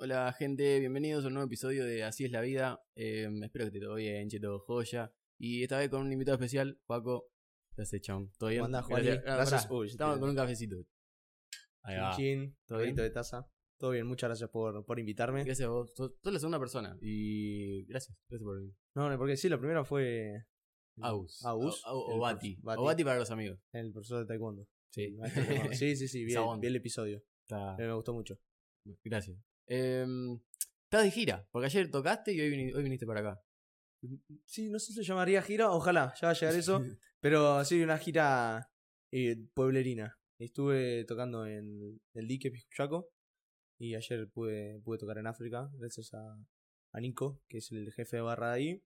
Hola gente, bienvenidos a un nuevo episodio de Así es la vida. Eh, espero que te todo bien, cheto joya. Y esta vez con un invitado especial, Paco. ¿Qué haces, chabón? ¿Todo bien? ¿Cómo andás, Juani? Gracias. Ah, Gracias. pará, Uy, Estamos te- con un cafecito. Ahí va. Chin, chin, ¿Todo bien? traguito de taza. Todo bien, muchas gracias por, por invitarme. Gracias a vos. Sos, sos la segunda persona. Y gracias, gracias por venir. No, no, porque sí, la primera fue Aus. Ah, Aus, O, o- el o Bati. prof- Bati. O Bati para los amigos. el profesor de taekwondo. Sí. el maestro de taekwondo. Sí, sí, sí, vi, el- Sabón. vi el episodio. Eh, Está- Me, me gustó mucho. Gracias. Em, estás de gira, porque ayer tocaste y hoy, vini- hoy viniste para acá. Sí, no sé si se llamaría gira, ojalá, ya va a llegar eso. Pero sí, una gira eh, pueblerina. Estuve tocando en el dique Pijuchaco y ayer pude, pude tocar en África, gracias a, a Nico, que es el jefe de barra de ahí.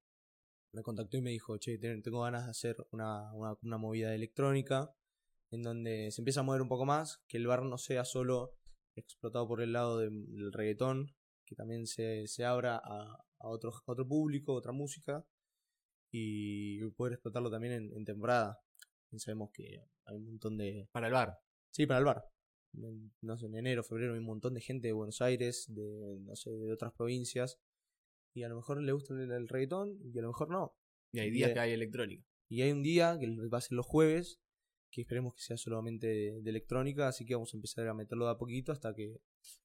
Me contactó y me dijo, che, ten- tengo ganas de hacer una, una, una movida electrónica en donde se empieza a mover un poco más, que el bar no sea solo explotado por el lado de- del reggaetón, que también se, se abra a, a otro, a otro público, otra música y poder explotarlo también en, en temporada. Y sabemos que hay un montón de. Para el bar. Sí, para el bar. En- no sé, en enero, febrero hay un montón de gente de Buenos Aires, de no sé, de otras provincias. Y a lo mejor le gusta el, el reggaetón y a lo mejor no. Y hay días Bien. que hay electrónica. Y hay un día que va a ser los jueves, que esperemos que sea solamente de, de electrónica, así que vamos a empezar a meterlo de a poquito hasta que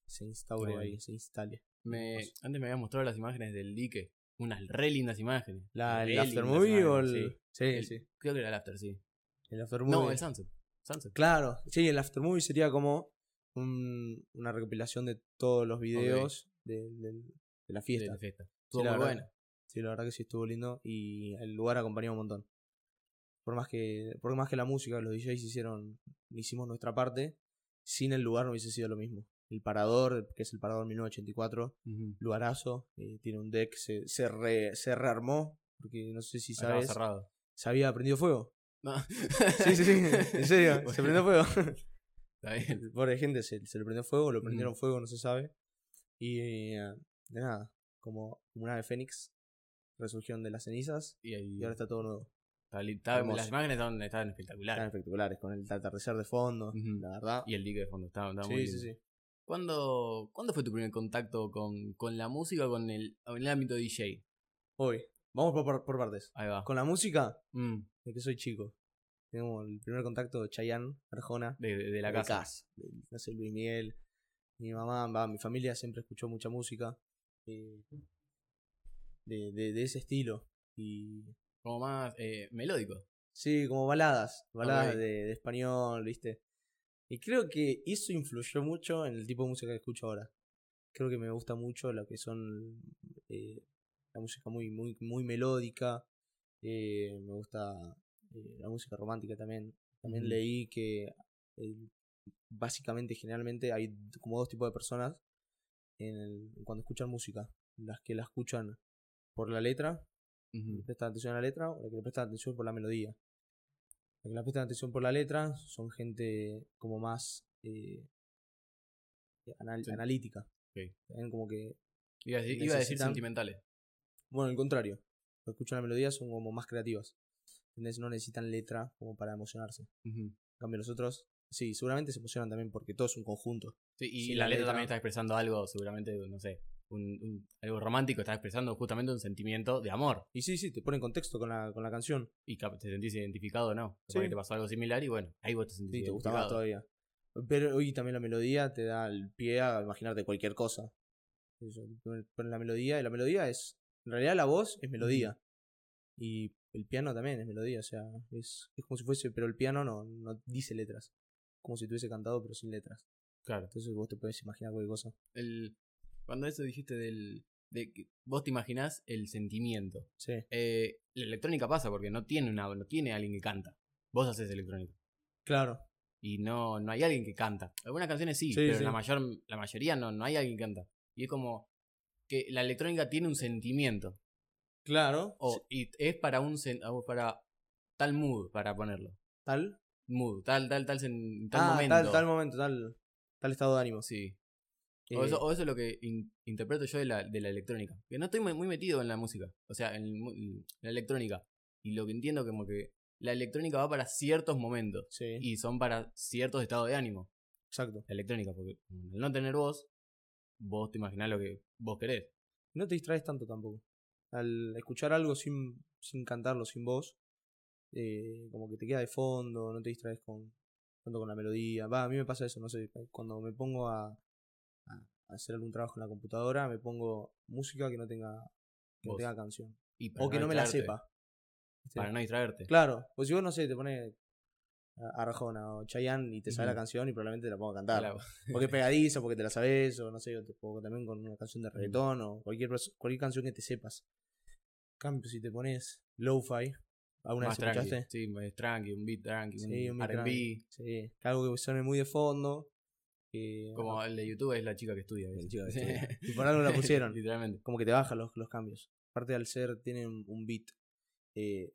se instaure Bueno. ahí, se instale. Me, Hermoso. antes me habías mostrado las imágenes del dique. Unas re lindas imágenes. ¿La, Re ¿El after lindas movie o el.? imágenes, sí. Sí, El- sí, Creo que era el after, sí. El after No, movie. el sunset. Sunset. Claro, sí, el after movie sería como un- una recopilación de todos los videos del- del- de, la De fiesta. la fiesta. Estuvo la muy verdad. buena. Sí, la verdad que sí estuvo lindo y el lugar acompañó un montón. Por más que, por más que la música, los DJs hicieron, hicimos nuestra parte, sin el lugar no hubiese sido lo mismo. El parador, que es el parador 1984, lugarazo, eh, tiene un deck, se, se, re- se rearmó, porque no sé si Estaba sabes, cerrado. se había prendido fuego. No. Sí, sí, sí, en serio, se Bueno. prendió fuego. Está bien. Pobre gente, se, se le prendió fuego, lo Mm. prendieron fuego, no se sabe. Y eh, de nada, como como una ave fénix, resurgieron de las cenizas Y ahí. y ahora está todo nuevo. está li- está- hermoso. las imágenes estaban, estaban Están espectaculares. espectaculares, con el atardecer de fondo, Ujú. la verdad. Y el dique de fondo. Estaba, estaba muy sí, sí, lindo. sí. ¿Cuándo, ¿Cuándo fue tu primer contacto con, con la música o con el, o en el ámbito DJ? Hoy, vamos por, por- por partes. Ahí va. Con la música, Mm, de que soy chico. Tengo el primer contacto de Chayanne, Arjona, de, de- de la de casa. Cas, de- no sé, Luis Miguel. Mi mamá, va, mi familia siempre escuchó mucha música eh, de, de- de ese estilo. Y Como más eh, melódico. Sí, como baladas, baladas Ok. de, de español, ¿viste? Y creo que eso influyó mucho en el tipo de música que escucho ahora. Creo que me gusta mucho lo que son eh, la música muy, muy, muy melódica. eh, me gusta eh, la música romántica también. También Ujú. leí que eh, básicamente, generalmente, hay como dos tipos de personas en el- cuando escuchan música. Las que la escuchan por la letra, le Ujú. prestan atención a la letra o la que le prestan atención por la melodía. La que le prestan atención por la letra son gente como más eh, anal- Sí. analítica. Ok. También como que. Iba a decir, iba a decir Necesitan- sentimentales. Bueno, al contrario. Los que escuchan la melodía son como más creativas. ¿entendés? No necesitan letra como para emocionarse. En Ujú. cambio, los otros, sí, seguramente se emocionan también porque todo es un conjunto. Sí, y Sí, la, la letra, letra. también está expresando algo, seguramente, no sé, un- un- algo romántico, está expresando justamente un sentimiento de amor. Y sí, sí, te ponen contexto con la, con la canción. Y cap- te sentís identificado o no. Sí. Porque te pasó algo similar y bueno, ahí vos te sentís Sí, te identificado. gustaba todavía. Pero hoy también la melodía te da el pie a imaginarte cualquier cosa. Eso, Pones la melodía, y la melodía es. En realidad la voz es melodía. Y el piano también es melodía, o sea, es, es como si fuese. Pero el piano no, no dice letras. Como si tuviese cantado, pero sin letras. Claro. Entonces vos te puedes imaginar cualquier cosa. El, cuando eso dijiste del. De, que vos te imaginás el sentimiento. Sí. Eh, la electrónica pasa porque no tiene una, no tiene alguien que canta. Vos haces electrónica. Claro. Y no, no hay alguien que canta. Algunas canciones sí, Sí, pero sí. La, mayor, la mayoría no, no hay alguien que canta. Y es como que la electrónica tiene un sentimiento. Claro. O y es para un sen- o para tal mood, para ponerlo. Tal. Mood, tal, tal, tal, sen- tal Ah, momento. Tal, tal momento, tal. Tal estado de ánimo. Sí. Eh, O, eso, o eso es lo que in- interpreto yo de la, de la electrónica. Que no estoy muy, muy metido en la música. O sea, en el mu- en la electrónica. Y lo que entiendo como que la electrónica va para ciertos momentos. Eh, sí, Y son para ciertos estados de ánimo. exacto. La electrónica, porque al no tener voz, vos te imaginás lo que vos querés. No te distraes tanto tampoco. Al escuchar algo sin, sin cantarlo, sin voz, eh, como que te queda de fondo, no te distraes con, tanto con la melodía. Va, a mí me pasa eso, no sé, eh, cuando me pongo a, a hacer algún trabajo en la computadora, me pongo música que no tenga, que no Voz. tenga canción. Y para O que no me la distraerte, sepa. ¿Viste? Para no distraerte. Claro, pues si vos no sé, te pones a- Arjona o Chayanne y te sale Ujú. la canción y probablemente te la pongo a cantar. Claro. Porque es pegadiza, porque te la sabes, o no sé, o te- o también con una canción de reggaetón, o cualquier, pers- cualquier canción que te sepas. En Cambio, si te pones lo-fi, ¿alguna Más vez tranqui. escuchaste? Sí, más tranqui, un beat tranqui, Sí, un, un beat R&B. tranqui. Sí, que algo que suene muy de fondo. que- Como el de YouTube es la chica que estudia. ¿ves? El chico que estudia. y por algo la pusieron. Literalmente. Como que te bajan los, los cambios. Aparte al ser, tienen un beat. eh,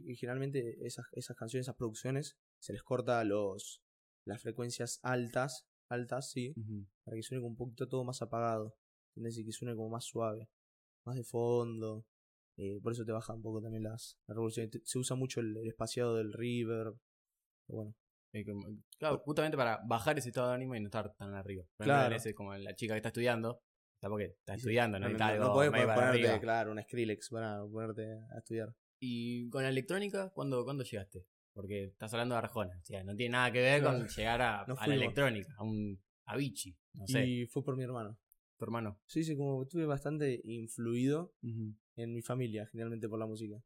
y generalmente esas, esas canciones, esas producciones, se les corta los las frecuencias altas, altas, sí, para que suene como un poquito todo más apagado. ¿Entendés? Y que suene como más suave, más de fondo. eh, por eso te baja un poco también las, las revoluciones. Te- Se usa mucho el, el espaciado del river. Bueno, Eh, como- Claro, justamente para bajar ese estado de ánimo y no estar tan arriba. Pero en Claro. realidad ese es como la chica que está estudiando. Está porque está Sí, sí. estudiando, no, no, no, Está no algo podés medio para ponerte, arriba. claro, una Skrillex para ponerte a estudiar. Y con la electrónica, ¿cuándo, ¿cuándo llegaste? Porque estás hablando de Arjona. O sea, no tiene nada que ver Claro. con llegar a, No a la fuimos. electrónica, a un a Vichy, no sé, Y fue por mi hermano. tu hermano. Sí, sí, como estuve bastante influido en mi familia, generalmente por la música.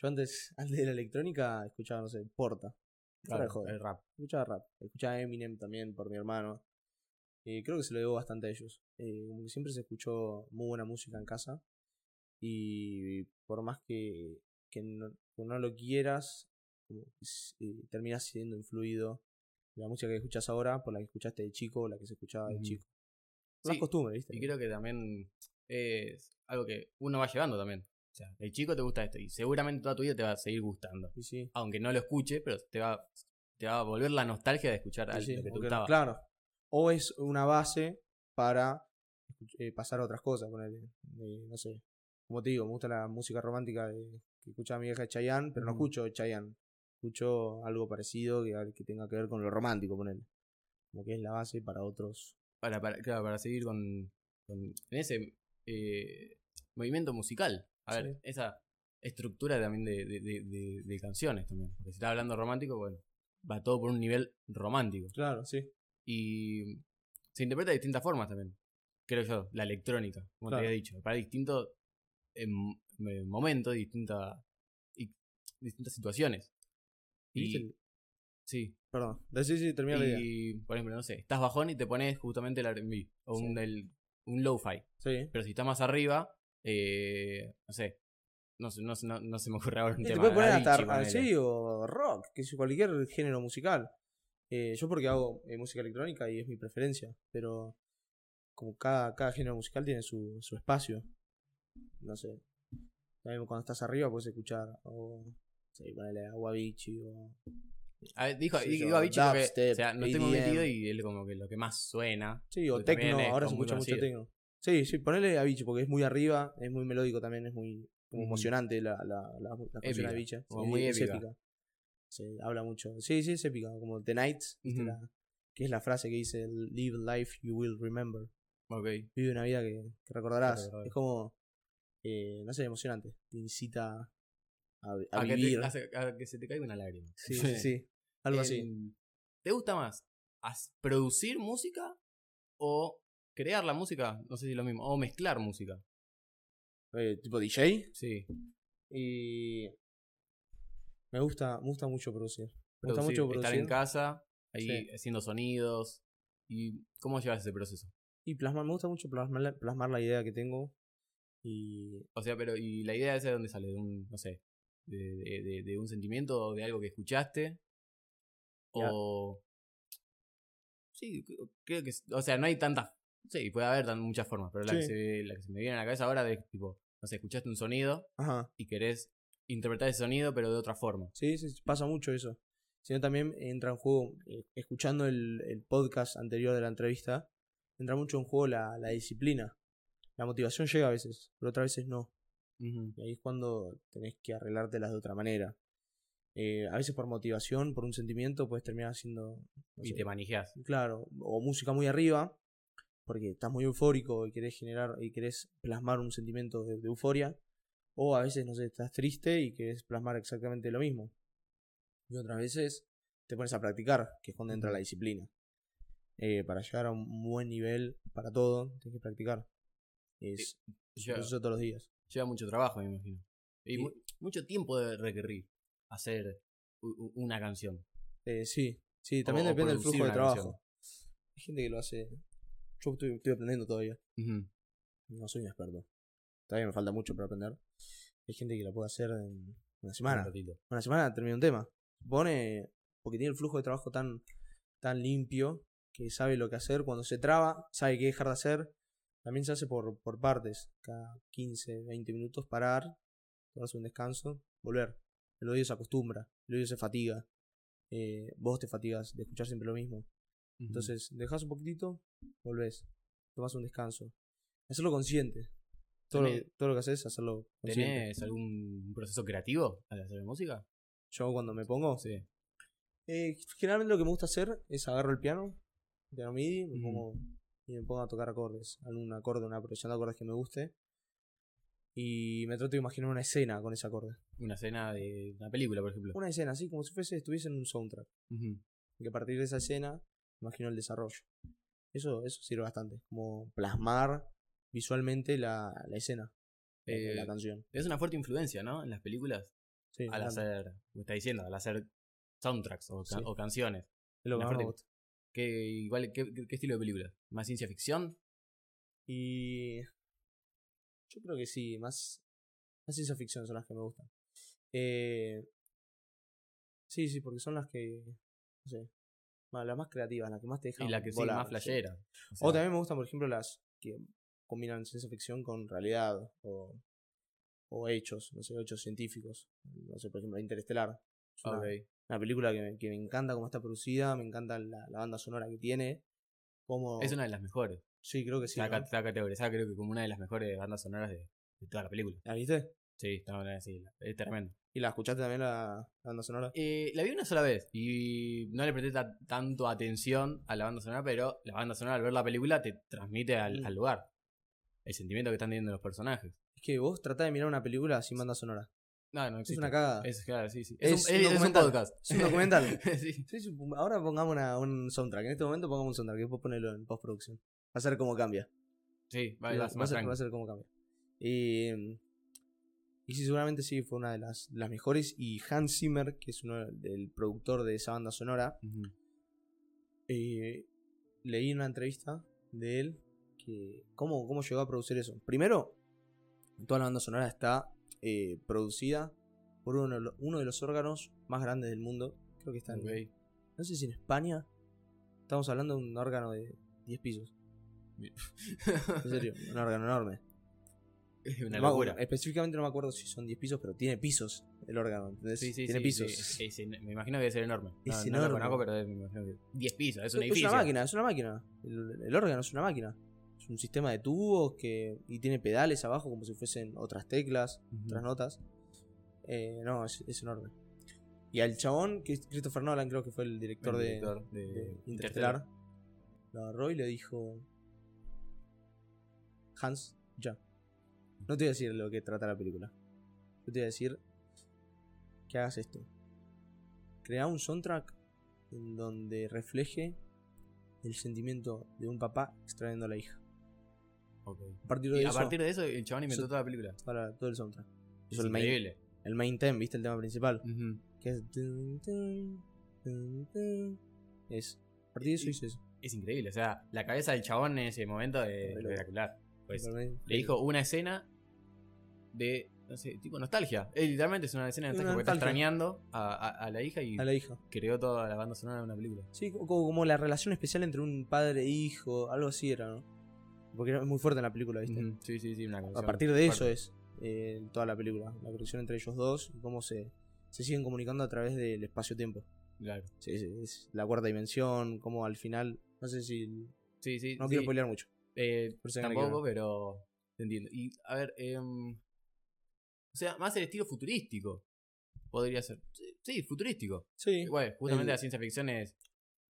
Yo antes, antes de la electrónica, escuchaba, no sé, Porta. Fuera de Claro, joda. el rap. Escuchaba rap. Escuchaba Eminem también por mi hermano. Eh, creo que se lo debo bastante a ellos. Eh, como que siempre se escuchó muy buena música en casa. Y por más que, que no, que no lo quieras, como que s- eh, terminás siendo influido de la música que escuchas ahora por la que escuchaste de chico o la que se escuchaba de Ujú. chico. Por Sí, las costumbres, ¿viste? Y creo que también es algo que uno va llevando también. O sea, el chico te gusta esto y seguramente toda tu vida te va a seguir gustando. Sí, sí. Aunque no lo escuche, pero te va, te va a volver la nostalgia de escuchar Sí, algo sí, que te porque- gustaba. Claro. O es una base para eh, pasar a otras cosas. ponele, eh, no sé. Como te digo, me gusta la música romántica de- que escuchaba mi vieja de Chayanne, pero no Ujú. escucho Chayanne. Escucho algo parecido que, que tenga que ver con lo romántico, ponele. Como que es la base para otros. Para, para, claro, para seguir con, con en ese eh, movimiento musical. A ver, Sí. esa estructura también de, de- de- de- de canciones también. Porque si estás hablando romántico, bueno, va todo por un nivel romántico. Claro, sí. Y se interpreta de distintas formas también. Creo yo, la electrónica, como Claro. te había dicho. Para distintos em, eh, momentos, distintas y- distintas situaciones. Y, sí. Perdón. Sí, sí, termina la idea. Y, por ejemplo, no sé, estás bajón y te pones justamente el R&B o un, Sí. el- un lo-fi. Sí. Pero si estás más arriba, eh, no sé. No, sé, no, sé, no, no se me ocurre ahora un Y te tema. puedes poner hasta Avicii, ah, ponele. sí, o rock, que es cualquier género musical. Eh, yo porque hago eh, música electrónica y es mi preferencia, pero como cada, cada género musical tiene su, su espacio. No sé. También cuando estás arriba puedes escuchar o sí, ponele a Guavichi o A ver, Ah, dijo, Sí, digo yo, Avicii porque, dubstep, o sea, no estoy muy EDM. metido y es como que lo que más suena. sí, o Pero también techno, es ahora se como muy escucha mucho conocido. techno. Sí, sí, ponele a Vichy porque es muy arriba, es muy melódico también, es muy como Ujú. emocionante la, la, la, la canción Épica, de Vichy. como muy es épica. Se habla mucho. Sí, sí, es épica, como The Nights, ¿viste? Ujú. La- que es la frase que dice Live a life you will remember. Ok. Vive una vida que, que recordarás. Recordar. Es como, eh, no sé, emocionante. Te incita a, a A que, vivir. te, hace- a que se te caiga una lágrima. Sí, sí, sí. Algo así. Em, ¿Te gusta más as- producir música o crear la música? No sé si es lo mismo. O mezclar música. Eh, tipo DJ. Sí. Y me gusta, me gusta mucho producir. Me gusta Producir, mucho estar producir en casa, ahí Sí. haciendo sonidos. ¿Y cómo llevas ese proceso? y plasmar, me gusta mucho plasmar, la- plasmar la idea que tengo. Y O sea, pero ¿y la idea esa de dónde sale? ¿De un, no sé, de, de- de- de un sentimiento o de algo que escuchaste? Ya. O... Sí, cre- creo que... s- O sea, no hay tantas... Sí, puede haber tan, muchas formas, pero la, que Sí. se, la que se me viene a la cabeza ahora es tipo, no sé, escuchaste un sonido ajá, y querés interpretar ese sonido, pero de otra forma. sí, sí, sí, pasa mucho eso. Sino también entra en juego, eh, escuchando el, el podcast anterior de la entrevista, entra mucho en juego la, la disciplina. La motivación llega a veces, pero otras veces no. Y ahí es cuando tenés que arreglártelas de otra manera. Eh, a veces por motivación, por un sentimiento, puedes terminar haciendo. no Y sé, te manejás. Claro, o música muy arriba, porque estás muy eufórico y querés generar y querés plasmar un sentimiento de, de euforia, o a veces, no sé, estás triste y querés plasmar exactamente lo mismo. Y otras veces te pones a practicar, que es cuando entra la disciplina. Eh, para llegar a un buen nivel para todo, tienes que practicar. Es Lleva- un proceso todos los días. lleva mucho trabajo, me imagino. Y Y- mu- mucho tiempo debe requerir hacer u- u- una canción. Eh, sí, sí, también o depende del producir flujo de una trabajo. canción. Hay gente que lo hace. Yo estoy, estoy aprendiendo todavía. No soy un experto. Todavía me falta mucho para aprender. Hay gente que lo puede hacer en una Un semana. ratito. Una semana termina un tema. Pone. Porque tiene el flujo de trabajo tan, tan limpio que sabe lo que hacer. Cuando se traba, sabe qué dejar de hacer. También se hace por, por partes. Cada 15, 20 minutos parar, tomarse un descanso, volver. El oído se acostumbra, el oído se fatiga. Eh, vos te fatigas de escuchar siempre lo mismo. Entonces, dejas un poquitito, volvés, tomás un descanso. Hacerlo consciente. Todo, lo, Tenés- todo lo que haces, hacerlo consciente. ¿Tenés algún proceso creativo al hacer música? Yo cuando me pongo. Sí. eh, generalmente lo que me gusta hacer es agarro el piano, el piano MIDI, me Ujú. pongo, y me pongo a tocar acordes, algún acorde, una progresión de acordes que me guste. Y me trato de imaginar una escena con ese acorde. Una escena de una película, por ejemplo. Una escena, así como si fuese, estuviese en un soundtrack. Ujú. Y que a partir de esa escena, imagino el desarrollo. Eso, eso sirve bastante, como plasmar visualmente la, la escena, de Eh, la canción. es una fuerte influencia, ¿no? En las películas. Sí, me Al encanta. hacer, como está diciendo, al hacer soundtracks o, ca- Sí. o canciones. Es lo que la más me fuerte- gusta. ¿Qué, igual, qué, qué- qué estilo de película? ¿Más ciencia ficción? Y yo creo que sí, más, más ciencia ficción son las que me gustan. Eh, sí, sí, porque son las que, no sé, más- las más creativas, las que más te dejan Y la que sí, volar, más sí. flashera. O sea, O también me gustan, por ejemplo, las que combinan ciencia ficción con realidad o, o hechos, no sé, hechos científicos. No sé, por ejemplo, Interestelar. Es una, ok. una película que me, que me encanta cómo está producida, me encanta la, la banda sonora que tiene. Cómo, Es una de las mejores. Sí, creo que sí. está, ¿no? ca- está categorizada, creo que como una de las mejores bandas sonoras de, de toda la película. ¿La viste? Sí, está buena, sí, la- es tremendo. ¿Y la escuchaste también la, la banda sonora? Eh, la vi una sola vez y no le presté ta- tanto atención a la banda sonora, pero la banda sonora al ver la película te transmite al, Mm. al lugar. El sentimiento que están teniendo los personajes. Es que vos tratás de mirar una película sin banda sonora. No, no Eso existe. es una cagada. Es, Es, claro, sí, sí. Es, Es un, un es- es un documental. podcast. un documental. sí. Sí, sí, ahora pongamos una- un soundtrack. En este momento pongamos un soundtrack y después ponelo en postproducción. Va a ser como cambia. Sí, va, Va- va va a a ser más ser- tranqui. va a ser como cambia. Y, y sí, seguramente sí, fue una de las, las mejores. Y Hans Zimmer, que es uno del productor de esa banda sonora, Ujú. eh, leí una entrevista de él que cómo, cómo llegó a producir eso. Primero, toda la banda sonora está eh, producida por uno, de lo- uno de los órganos más grandes del mundo. Creo que está en, Ok. no sé si en España. Estamos hablando de un órgano de 10 pisos. En serio, un órgano enorme. Es una No me locura. acuerdo, específicamente no me acuerdo si son 10 pisos, pero tiene pisos el órgano, ¿entendés? Sí, sí, tiene sí, pisos. sí, es- es- me imagino que debe ser enorme. No, Es no enorme. lo conozco, pero me imagino que 10 pisos, es Es un es edificio. una máquina, es una máquina. El, el órgano es una máquina. Es un sistema de tubos que y tiene pedales abajo como si fuesen otras teclas, Ujú. otras notas. Eh, no, es, es enorme. Y al chabón, que es Christopher Nolan creo que fue el director, El de- director de de, Interstellar. Interstellar, lo agarró y le dijo... Hans, ya. No te voy a decir lo que trata la película. Yo te voy a decir que hagas esto. Crea un soundtrack en donde refleje el sentimiento de un papá extrayendo a la hija. Ok. A partir de Y a eso, partir de eso, el chabón inventó Eso- toda la película. para todo el soundtrack. Es Eso el main, increíble. el main theme, ¿viste? El tema principal. Ujú. Que es... tun, tun, tun, tun. Es... A partir de eso Y- hice eso. Es increíble. O sea, la cabeza del chabón en ese momento es Re loco. espectacular. Pues, Para mí- le dijo una escena de. No sé, tipo nostalgia. Eh, literalmente es una escena de Una nostalgia porque está nostalgia. extrañando a, a- a la hija y A la hija. creó toda la banda sonora de una película. Sí, co- como, la relación especial entre un padre e hijo, algo así era, ¿no? Porque era muy fuerte en la película, ¿viste? Ujú. Sí, sí, sí, una A canción partir de eso fuerte. es eh, toda la película, la conexión entre ellos dos y cómo se, se siguen comunicando a través del espacio-tiempo. Claro. Sí, sí, es la cuarta dimensión, cómo al final, no sé si... Sí, sí. No sí. quiero spoilear mucho. Eh, Por si alguien quiere tampoco, pero. Te entiendo. Y, a ver, em, o sea, más el estilo futurístico. Podría ser. Sí, sí, futurístico. Sí, Igual, justamente El- la ciencia ficción es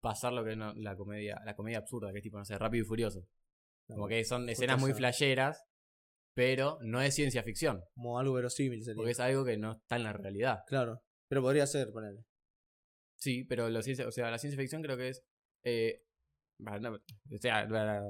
pasar lo que es no- la comedia, la comedia absurda, que es tipo, no sé, rápido y furioso. Como que son escenas Escuchás muy a- flasheras, pero no es ciencia ficción. Como algo verosímil sería. Porque es algo que no está en la realidad. Claro. Pero podría ser, ponele. Sí, pero la ciencia, o sea, la ciencia ficción creo que es. eh, bah, no, o sea, para,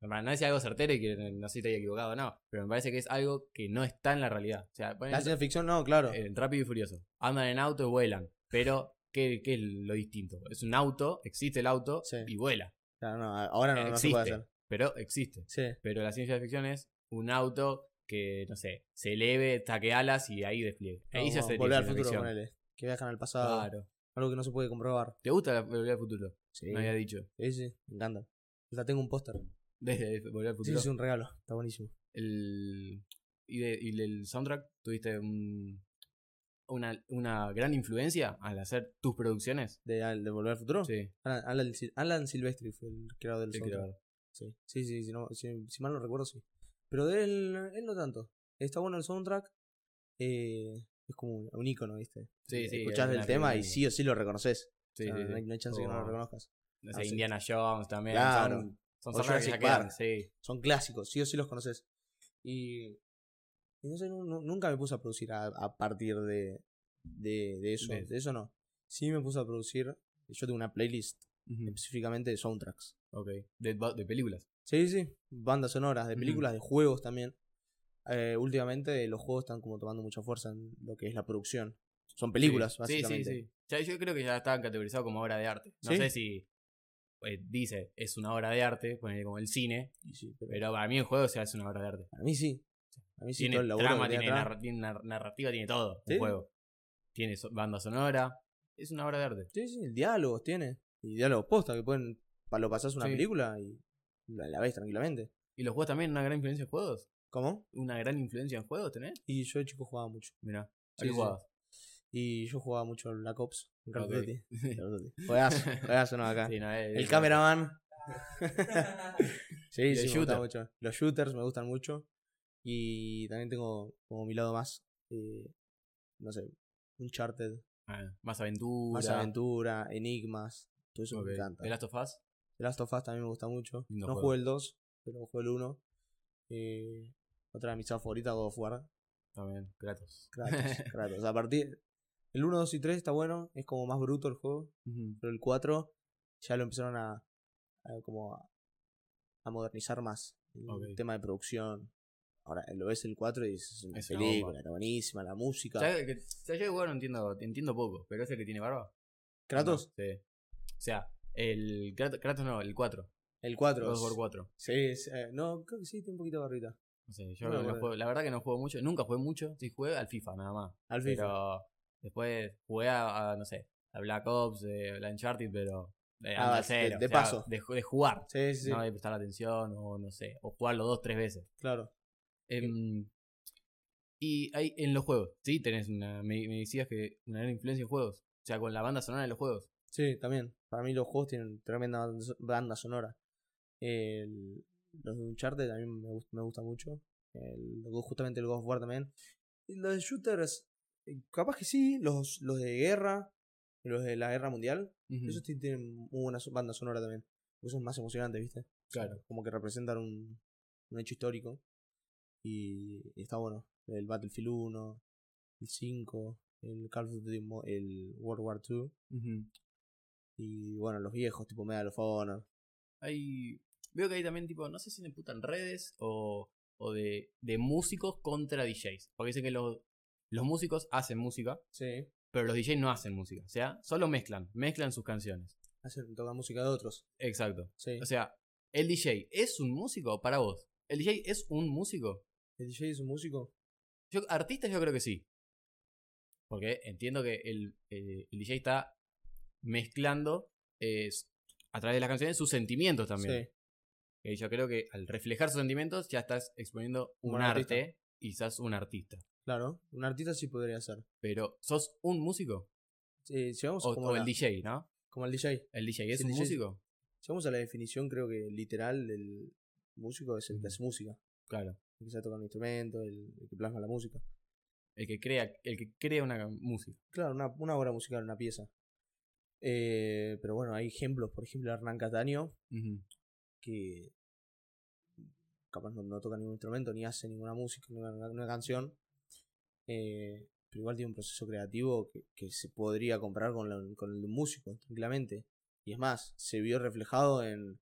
para no decir algo certero y que no sé si estoy equivocado o no, pero me parece que es algo que no está en la realidad. O sea, ponen La ciencia ficción no, claro. en Rápido y Furioso. Andan en auto y vuelan. Pero, ¿qué, qué es lo distinto? Es un auto, existe el auto Sí. y vuela. Claro, no, ahora no, no se existe, puede hacer. pero existe. Sí. Pero la ciencia ficción es un auto que, no sé, se eleve, taque alas y ahí despliegue. Ahí ya Como se volver al ciencia futuro, ficción. ponele. Que viajan al pasado. Claro. Algo que no se puede comprobar. ¿Te gusta la- Volver al Futuro? Sí. Me había dicho. Sí, sí, me encanta. La tengo un póster. Desde Volver al Sí, Futuro. es un regalo. Está buenísimo. El, y, de- y del soundtrack tuviste un- una, una gran influencia al hacer tus producciones. ¿De, al- de Volver al Futuro? Sí, Alan, Alan Sil- Alan Silvestri fue el creador del sí, soundtrack. claro. Sí, sí, sí, si, no- si- si mal no recuerdo, sí. Pero de él, él no tanto. Está bueno el soundtrack. eh, es como un, un icono, ¿viste? Sí, sí, Escuchás es el una tema y película. sí o sí lo reconoces. Sí, sí, O sea, Oh. sí. No, hay, no hay chance que no lo Como- reconozcas. no sé, Ah, sí. Indiana Jones también. Claro. Son, son O soundtracks que ya Jurassic quedan, Park. sí. Son clásicos, sí o sí los conoces. Y, y no sé, nu- nu- nunca me puse a producir a, a partir de, de, de eso. De- De eso no. Sí me puse a producir. Yo tengo una playlist específicamente de soundtracks. Ok. De, de películas. Sí, sí, bandas sonoras, de Ujú. películas, de juegos también. Eh, últimamente los juegos están como tomando mucha fuerza en lo que es la producción. Son películas, Sí, básicamente. Sí, sí, sí. Ya, yo creo que ya estaban categorizados como obra de arte. No ¿Sí? sé si eh, dice es una obra de arte, poner como el cine, Y sí, pero pero para mí el juego se hace una obra de arte. para mí sí. A mí sí, tiene todo el laburo trama, que hay tiene, atrás. narra- tiene nar- narrativa, tiene todo Sí. el juego. Tiene so- banda sonora. Es una obra de arte. Sí, sí, diálogos tiene. Y diálogos posta, que pueden. pa- Lo pasás una Sí. película película y la, la ves tranquilamente. ¿Y los juegos también una gran influencia en juegos? ¿Cómo? ¿Una gran influencia en juegos tenés? Y yo de chico jugaba mucho. Mirá. ¿a Sí, qué sí. jugabas? Y yo jugaba mucho al Black Ops. en Call of Ok. Duty. Call of Duty. Juegazo, juegazo, no, acá. Sí, no, eh, Ah, El eh, cameraman. sí, Y sí, el me gustan mucho. Los shooters me gustan mucho. Y también tengo como mi lado más, eh, no sé, Uncharted, ah, Más aventura. más aventura, enigmas. Todo eso Ok. me encanta. The Last of Us. The Last of Us también me gusta mucho. Lindo no juego. jugué el 2, pero jugué el 1. Eh, otra de mis sagas favoritas, God of War. También, Kratos. Kratos, Kratos. A partir... El 1, 2 y 3 está bueno. Es como más bruto el juego. Ujú. pero el 4 ya lo empezaron a, a como a, a modernizar más el Ok. tema de producción. Ahora lo ves el 4 y dices, es una Es una película, bomba. está buenísima, la música. ¿Sabes que- sabes que igual no entiendo, entiendo poco, pero es el que tiene barba. Kratos, No, sí. O sea, el Kratos, Kratos no, el 4. el 4. 2 por es- 4. Sí, es, eh, no, creo que sí, tiene un poquito de barrita. No sé, yo No, no bueno. juego- la verdad que no juego mucho, nunca jugué mucho, sí jugué al FIFA nada más. Al FIFA. Pero después jugué a, a, no sé, a Black Ops, eh, la Uncharted, pero eh, Ah, anda de- cero, de o sea, paso. De, de jugar, Sí, sí, sí, no de prestar atención o no sé, o jugarlo dos, tres veces. claro. Em, y ahí en los juegos, sí, tenés una, me, me decías que una gran influencia en juegos, o sea, con la banda sonora de los juegos. Sí, también. Para mí los juegos tienen tremenda banda so- banda sonora. El- los de Uncharted también me, gust- me gusta mucho. El- justamente el God of War también. Y los de shooters, eh, capaz que sí. Los, los de guerra, los de la guerra mundial, Ujú. esos ti- tienen muy buena so- banda sonora también. Porque son más emocionantes, ¿viste? Claro. Como que representan un, un hecho histórico. Y, y está bueno. El Battlefield 1, el 5, el Call of Duty, mo- el World War 2. Ujú. Y bueno, los viejos, tipo Medal of Honor. Hay. Veo que hay también tipo, no sé si me putan redes o, o de, de músicos contra DJs. Porque dicen que los, los músicos hacen música, Sí. pero los DJs no hacen música. O sea, solo mezclan, mezclan sus canciones. Hacen, tocan música de otros. Exacto. Sí. O sea, ¿el DJ es un músico para vos? ¿El DJ es un músico? ¿El DJ es un músico? Yo, artistas yo creo que sí. Porque entiendo que el, eh, el DJ está mezclando eh, a través de las canciones sus sentimientos también. Sí. Que Eh, yo creo que al reflejar sus sentimientos ya estás exponiendo un, Un artista. arte y sos un artista. Claro. Un artista sí podría ser. Pero, ¿sos un músico? Eh, si vamos O, como, o la- el DJ, ¿no? como el DJ. ¿El DJ es Sí, un DJ. músico? Si vamos a la definición, creo que literal del músico es el que hace música. Claro. El que sabe tocar un instrumento, el, el que plasma la música. El que crea, el que crea una can- música. Claro, una, una obra musical, una pieza. Eh, pero bueno, hay ejemplos. Por ejemplo, Hernán Cataño, Ujú. que capaz no, no toca ningún instrumento, ni hace ninguna música, ni una, una canción. eh, pero igual tiene un proceso creativo que, que se podría comparar con, la- con el de un músico, tranquilamente. Y es más, se vio reflejado en,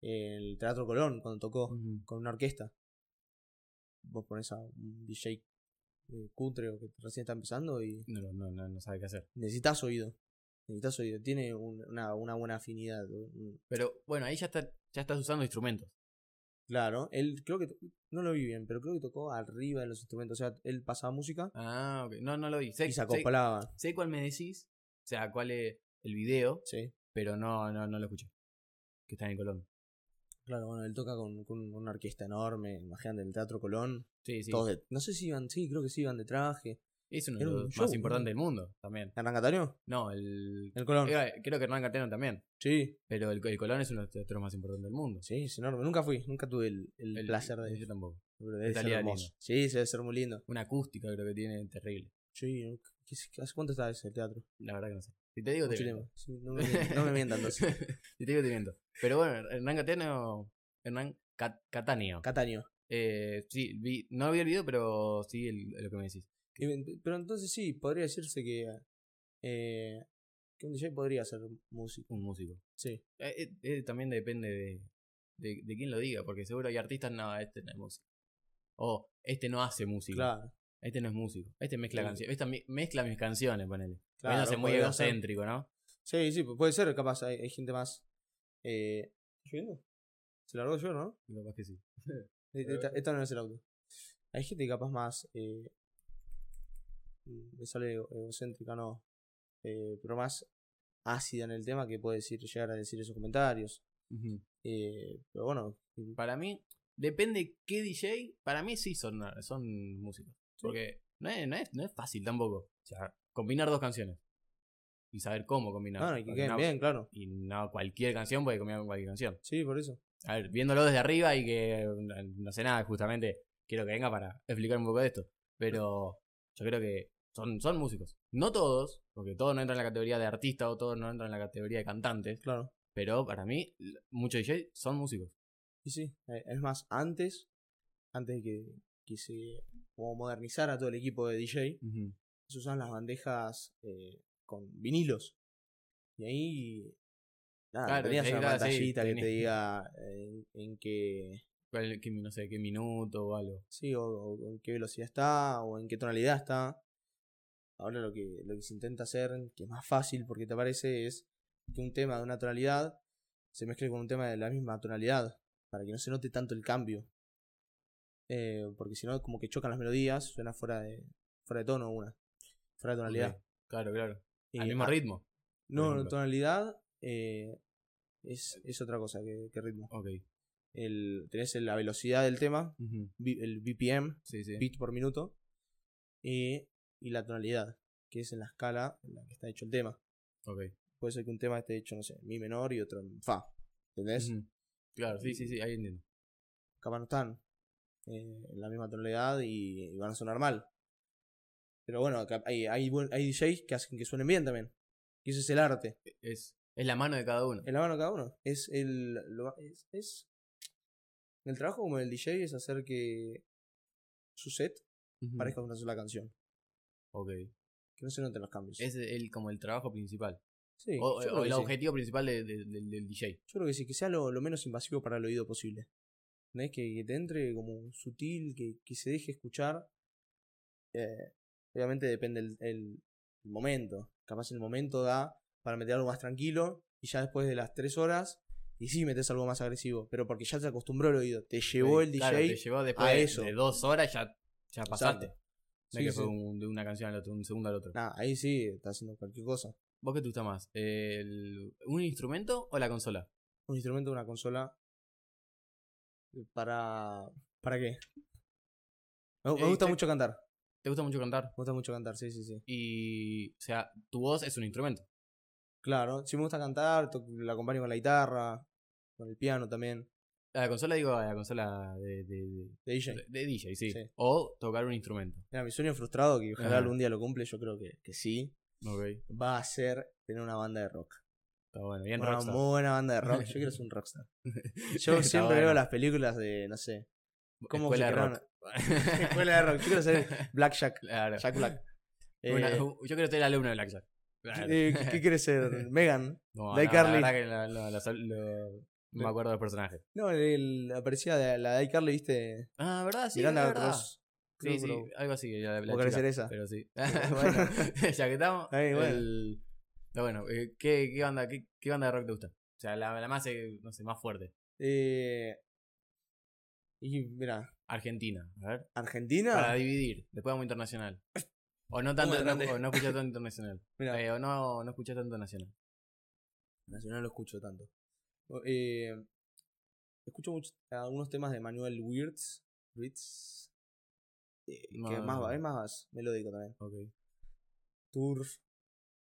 el Teatro Colón cuando tocó Mm. con una orquesta. Vos pones a un DJ eh, cutre o que recién está empezando y No, no, no, no, no sabe qué hacer. necesitas oído. Necesitas oído. Tiene un- una, una buena afinidad. un- Pero bueno, ahí ya, está, ya estás usando instrumentos. Claro, él creo que to- no lo vi bien, pero creo que tocó arriba de los instrumentos. O sea, él pasaba música Ah, ok. No, no lo vi. Sé, y se sé, acoplaba. sé cuál me decís, o sea, cuál es el video, Sí. pero no, no, no lo escuché. Que está en Colón. Claro, bueno, él toca con, con una orquesta enorme, imagínate, en el Teatro Colón. Sí, sí. Todos de- no sé si iban, sí, creo que sí iban de traje. Es uno de Era un los show, más ¿no? importantes del mundo también. ¿Hernán Catario? No, el. El Colón. eh, Creo que Hernán Cartero también. Sí, Pero el, el Colón es uno de los teatros más importantes del mundo. sí, es enorme. Nunca fui, nunca tuve el, el El- placer de Yo tampoco. Pero debe ser Estaría hermoso. lindo. Sí, se debe ser muy lindo. Una acústica creo que tiene terrible. Sí, ¿no? ¿Qué- qué- ¿hace cuánto está ese teatro? La verdad que no sé. Si te digo, te Chile, miento. sí, no, me, mien- no me mientan entonces. si te digo, te miento. Pero bueno, Hernán Catano. Hernán Cat- Catania. Cataño. Eh, sí, vi- no vi el video, pero sí el- lo que me decís. Y ven- Pero entonces sí, podría decirse que, eh, que un DJ podría hacer música. Un músico. Sí. Eh, eh, eh, también depende de, de, de quién lo diga, porque seguro hay artistas, no, este no es músico. O este no hace música. Claro. Este no es músico. Este mezcla Sí. canciones. Este mi- mezcla mis canciones, ponele. Claro, Claro, hace muy podría ser. egocéntrico, ¿no? Sí, sí, pu- puede ser, capaz hay, hay gente más. Eh, ¿Lloviendo? Se largó yo, ¿no? Y Capaz que sí. Eh, A ver. Esta, esta no es el audio. Hay gente capaz más. Eh, mm, me sale ego- egocéntrica, no. eh, pero más ácida en el tema que puede decir, llegar a decir esos comentarios. Eh, pero bueno, Para mí, depende qué DJ. Para mí sí son, son músicos. Porque no es, no, es, no es fácil tampoco. O sea, combinar dos canciones. Y saber cómo combinar. bueno, y que Porque queden no- bien, claro. Y no cualquier canción puede combinar con cualquier canción. Sí, por eso. A ver, viéndolo desde arriba y que eh, no, no sé nada, justamente quiero que venga para explicar un poco de esto. Pero yo creo que son, son músicos. No todos, porque todos no entran en la categoría de artista o todos no entran en la categoría de cantantes. Claro. Pero para mí, l- muchos DJ son músicos. Y sí, eh, es más, antes, antes de que, que se como modernizara todo el equipo de DJ, se usaban las bandejas eh, con vinilos. Y ahí. Nada, Claro, tenías y ahí, una claro, sí, pantallita que te tenés- diga eh, en, en qué. Cuál- qué mi- no sé, qué minuto o algo. Sí, o, o en qué velocidad está, o en qué tonalidad está. Ahora lo que, lo que se intenta hacer, que es más fácil porque te parece, es que un tema de una tonalidad se mezcle con un tema de la misma tonalidad, para que no se note tanto el cambio. Eh, porque si no, como que chocan las melodías, suena fuera de, fuera de tono una, fuera de tonalidad. Ok, Claro, claro. Eh, Al mismo ah, ritmo. No, ejemplo. tonalidad eh, es, es otra cosa que, que ritmo. Ok. El, tenés la velocidad del tema, Ujú. bi- el BPM, Sí, sí. bits por minuto eh, y la tonalidad, que es en la escala en la que está hecho el tema. Ok. Puede ser que un tema esté hecho, no sé, en mi menor y otro en fa. ¿Entendés? Ujú. Claro, sí, sí, sí, ahí entiendo. Capaz no están eh, en la misma tonalidad y, y van a sonar mal. Pero bueno, cap- hay, hay, buen- hay DJs que hacen que suenen bien también. Y eso es el arte. Es, es la mano de cada uno. En la mano cada uno. Es el. lo- es, es- El trabajo como el DJ es hacer que su set Ujú. parezca una sola canción. Ok. Que no se noten los cambios. Es el, como el trabajo principal. Sí, O, eh, yo o creo que el sí. objetivo principal de- de- del- del DJ. Yo creo que sí, que sea lo, lo menos invasivo para el oído posible. ¿No es que, que te entre como sutil, que, que se deje escuchar? Eh, obviamente depende el, el- el momento. Capaz el momento da para meter algo más tranquilo y ya después de las tres horas, y sí metes algo más agresivo, pero porque ya se acostumbró el oído. Te llevó el Claro, DJ. te llevó después de- eso. de dos horas, ya, ya Exacto. pasaste. No Sí, es que sí. fue un- de una canción al otro, un segundo al otro. Nah, ahí sí, está haciendo cualquier cosa. ¿Vos qué te gusta más? El- ¿Un instrumento o la consola? Un instrumento, una consola. ¿Para. ¿Para qué? Me, me Eh, gusta te- mucho cantar. ¿Te gusta mucho cantar? Me gusta mucho cantar, sí, sí, sí. Y, o sea, tu voz es un instrumento. Claro, si me gusta cantar, to- la acompaño con la guitarra, con el piano también, La consola, digo, la consola de, de, de de- DJ. de DJ, sí. Sí. O tocar un instrumento. Era mi sueño frustrado, que ojalá Ah. algún día lo cumple, yo creo que, que sí, Ok, va a ser tener una banda de rock. está bueno. Bien, una rockstar. buena banda de rock, yo quiero ser un rockstar. Yo Está siempre veo bueno. las películas de, no sé, ¿Cómo Escuela se de crearon? rock. Escuela de rock. Quiero ser Black Jack. Claro. Jack Black. Eh, Una- yo quiero ser alumno de Blackjack. Claro. eh, ¿qué- ¿Qué quieres ser? ¿Megan? No, de no, iCarly. La verdad que la- la- la- lo- no me acuerdo del personaje. No, el, aparecía de- la de iCarly, ¿viste? Ah, ¿verdad? Sí, Miranda es verdad. Cross. Sí, sí, algo así. La, la O querés chica, ser esa. Pero sí. bueno, ya que estamos. Ahí, bueno. el- no, bueno, eh, ¿qué, qué, banda, qué, qué banda de rock te gusta? O sea, la, la más, eh, no sé, más fuerte. Eh, y mira, Argentina. A ver. Para Argentina. dividir. Después vamos internacional. O no tanto, de no, grande. o no escuchas tanto internacional. Mira, Eh, o no, no escuchas tanto nacional. Nacional lo escucho tanto. O- eh, escucho mucho- algunos temas de Manuel Wirtz. Wirtz, eh, No, que no, más, no. va- es más melódico también. Ok, Turf.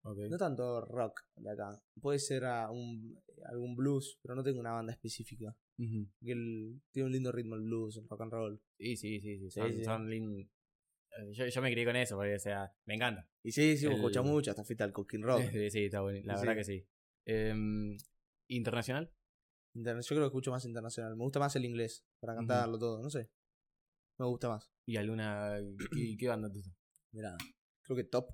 ok. No tanto rock de acá. Puede ser ah, un- algún blues, pero no tengo una banda específica. Ujú. Que el- tiene un lindo ritmo el blues, el rock and roll. Sí, sí, sí, sí. Sí, Son, sí. son lin- eh, Yo, yo me crié con eso, porque, o sea, me encanta. Y sí, sí, El- escucha mucho, hasta fiesta del cooking rock. Sí, sí, está bueno. La Sí, verdad sí. que sí. Em, ¿Internacional? Interna- Yo creo que escucho más internacional. Me gusta más el inglés para Ujú. cantarlo todo, no sé. Me gusta más. ¿Y alguna. ¿Qué, qué banda te gusta? Mira, creo que top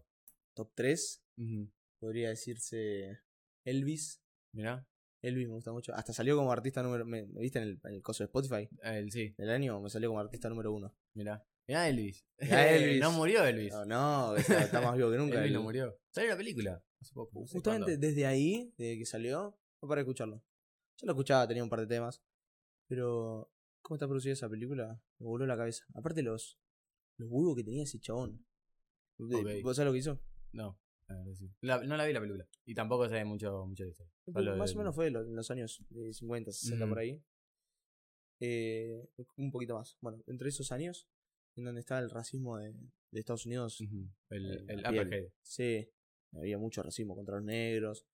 top 3 Ujú. podría decirse Elvis. Mirá. Elvis me gusta mucho. Hasta salió como artista número me, me viste en el, en el coso de Spotify El, sí, del año, me salió como artista número uno. mirá. Mirá Elvis. Mirá Elvis. no murió Elvis. No, no, está, está más vivo que nunca. Elvis el- no murió. Salió la película. Hace poco. no sé Justamente cuándo. desde ahí, desde que salió, no paré de escucharlo. Yo lo escuchaba, tenía un par de temas. Pero, ¿cómo está producida esa película? Me voló la cabeza. Aparte, los, los huevos que tenía ese chabón. De- Ok. ¿Vos sabés lo que hizo? No. la verdad sí. La- no la vi la película. Y tampoco sé mucho, mucho de historia. Solo más del- o menos fue de los- en los años eh, 50, 60 Ujú. por ahí. Eh, un poquito más. Bueno, entre esos años, en donde estaba el racismo de, de Estados Unidos, Ujú. El, Eh, el la piel. Upperhead. sí, había mucho racismo contra los negros,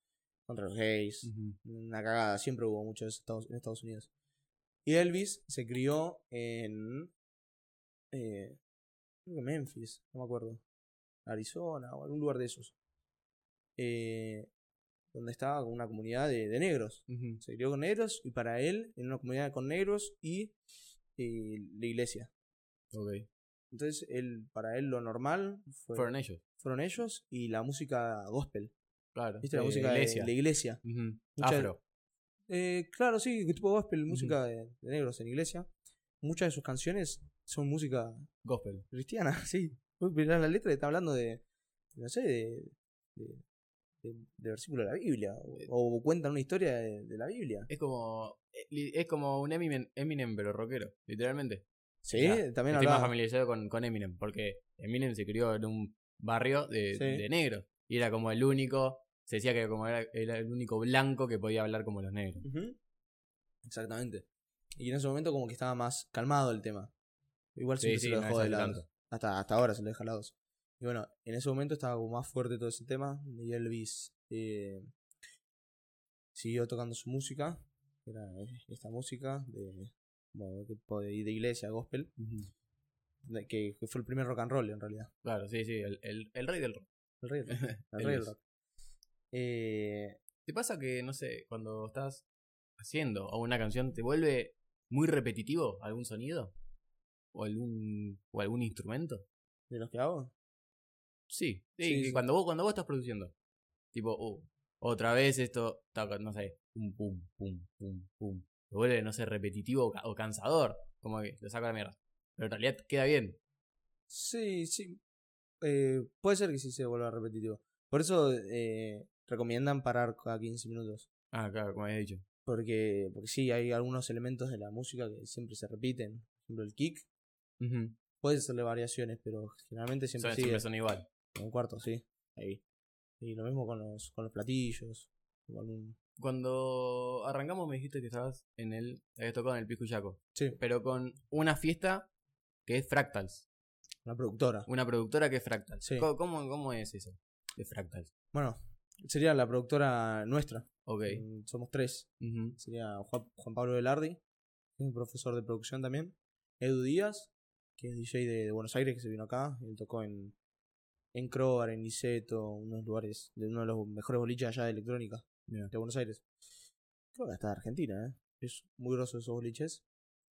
contra los gays. Una cagada, siempre hubo mucho de eso Estados- en Estados Unidos. Y Elvis se crió en. eh, creo que Memphis, no me acuerdo. Arizona o algún lugar de esos. Eh, donde estaba con una comunidad de, de negros. Ujú. Se crió con negros y para él, en una comunidad con negros y eh, la iglesia. Ok. Entonces, él, para él lo normal fue- Fueron ellos. fueron ellos y la música gospel. Claro. ¿Viste? La Eh, música de- iglesia. de la iglesia. Ujú. Mucha- Afro. Eh, claro, sí, que tipo gospel, música de, de negros en iglesia. Muchas de sus canciones son música Gospel. cristiana, sí. Vos mirás la letra y está hablando de, no sé, de, de, de- de versículo de la Biblia. O, o cuentan una historia de, de la Biblia. Es como. eh, Es como un Eminem, Eminem pero rockero. Literalmente. Sí, ya, también Estoy más hablaba. familiarizado con, con Eminem, porque Eminem se crió en un barrio de, Sí. de negros. Y era como el único, se decía que como era, era el único blanco que podía hablar como los negros. Ujú. Exactamente. Y en ese momento como que estaba más calmado el tema. Igual Sí, siempre sí, se lo no es dejó de al lado. tanto. Hasta, hasta ahora se lo deja al lado. Y bueno, en ese momento estaba como más fuerte todo ese tema. Y Elvis eh, siguió tocando su música. que Era eh, esta música de, bueno, que puede ir de iglesia, gospel. de- Que, que fue el primer rock and roll en realidad. Claro, sí, sí, el, el- el rey del rock. El rey del rock. El rey del Elvis. rock. Eh, ¿Te pasa que, no sé, cuando estás haciendo o una canción te vuelve muy repetitivo algún sonido? ¿O algún, o algún instrumento? de los que hago. Sí, sí, Sí, que sí. Cuando, vos, cuando vos estás produciendo, tipo, uh, otra vez esto, toca, no sé, pum, pum, pum, pum, pum. Se vuelve, no sé, repetitivo o ca- o cansador. Como que lo saco a la mierda. Pero en realidad queda bien. Sí, sí. Eh, puede ser que sí se vuelva repetitivo. Por eso eh, recomiendan parar cada 15 minutos. Ah, claro, como había dicho. Porque, porque sí, hay algunos elementos de la música que siempre se repiten. Por ejemplo, el kick. Ujú. Puedes hacerle variaciones, pero generalmente siempre Son- sigue siempre son igual. en un cuarto, sí. Ahí. Y lo mismo con los, con los platillos. o algún- Cuando arrancamos me dijiste que estabas en el. Habías tocado en el Piscuyaco. Sí, Pero con una fiesta que es Fractals. la productora. Una productora que es Fractals. Sí. Co- ¿Cómo, cómo es eso? De Fractals. Bueno, sería la productora nuestra. Ok. Mm, Somos tres. Ujú. sería Juan, Juan Pablo Velardi, que es un profesor de producción también. Edu Díaz, que es DJ de, de Buenos Aires, que se vino acá. Él tocó en, en Crobar, en Niceto, unos lugares, de uno de los mejores boliches allá de electrónica Bien. de Buenos Aires. Creo que hasta de Argentina, ¿eh? Es muy grosso esos boliches.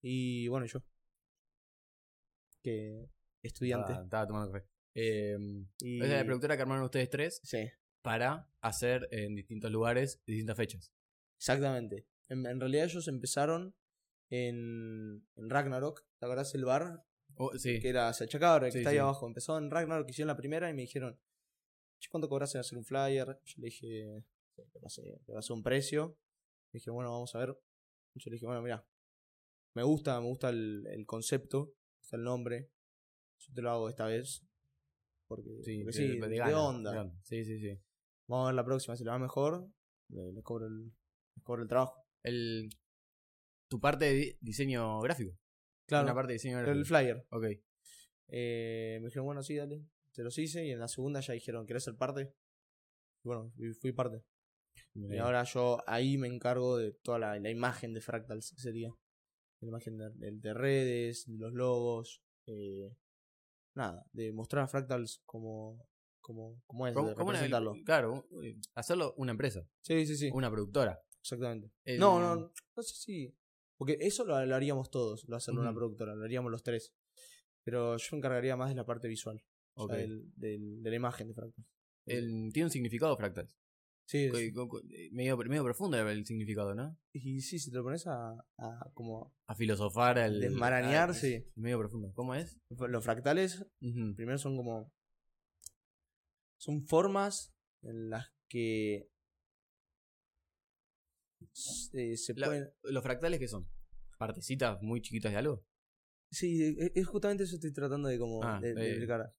Y bueno, yo. que estudiante. Ah, estaba tomando café. Eh, y... Esa es la productora que armaron ustedes tres Sí, para hacer en distintos lugares distintas fechas. exactamente. En, en realidad ellos empezaron en, en Ragnarok, ¿te acordás el bar? Oh, sí. Que era hacia Chacabra, que Sí, está ahí sí. abajo. Empezó en Ragnarok, hicieron la primera y me dijeron, "Che, ¿cuánto cobras en hacer un flyer? Yo le dije, "Sí, le pasé, le pasé un precio. Me dije, bueno, vamos a ver. Yo le dije, bueno, mira, me gusta, me gusta el, el concepto, me gusta el nombre. Yo te lo hago esta vez. Porque Sí, porque de- sí, de- de de gana, onda. de gana. Sí, sí, sí. Vamos a ver la próxima, si le va mejor, le, le cobro, el, le cobro el trabajo. El, tu parte de di- diseño gráfico. Claro, Una parte de diseño gráfico. el flyer. ok. Eh, me dijeron, bueno, sí, dale, te los hice. Y en la segunda ya dijeron, ¿querés ser parte? Y bueno, y fui parte. Y ahora yo ahí me encargo de toda la, la imagen de Fractals, que sería. La imagen de, de- de redes, de los logos, eh, nada, de mostrar a Fractals como, como, como es, Como- de como una- representarlo. claro, un- hacerlo una empresa, Sí, sí, sí, una productora. exactamente. El- No, no, no sé si. Porque eso lo, lo haríamos todos, lo hacerlo una Ujú. productora, lo haríamos los tres. Pero yo me encargaría más de la parte visual, o ok. sea, del- del- de la imagen de Fractals. El- tiene un significado fractal. Sí, es- Co- co- co- Medio, medio profundo el significado, ¿no? y sí, si te lo pones a, a como A filosofar, al. desmarañar, al- sí. Medio profundo. ¿Cómo es? Los fractales Ujú. Primero son como. Son formas en las que. Se, eh, se La- pueden. ¿Los fractales qué son? ¿Partecitas muy chiquitas de algo? Sí, e- es justamente eso estoy tratando de como. Ah, de, de eh. explicar.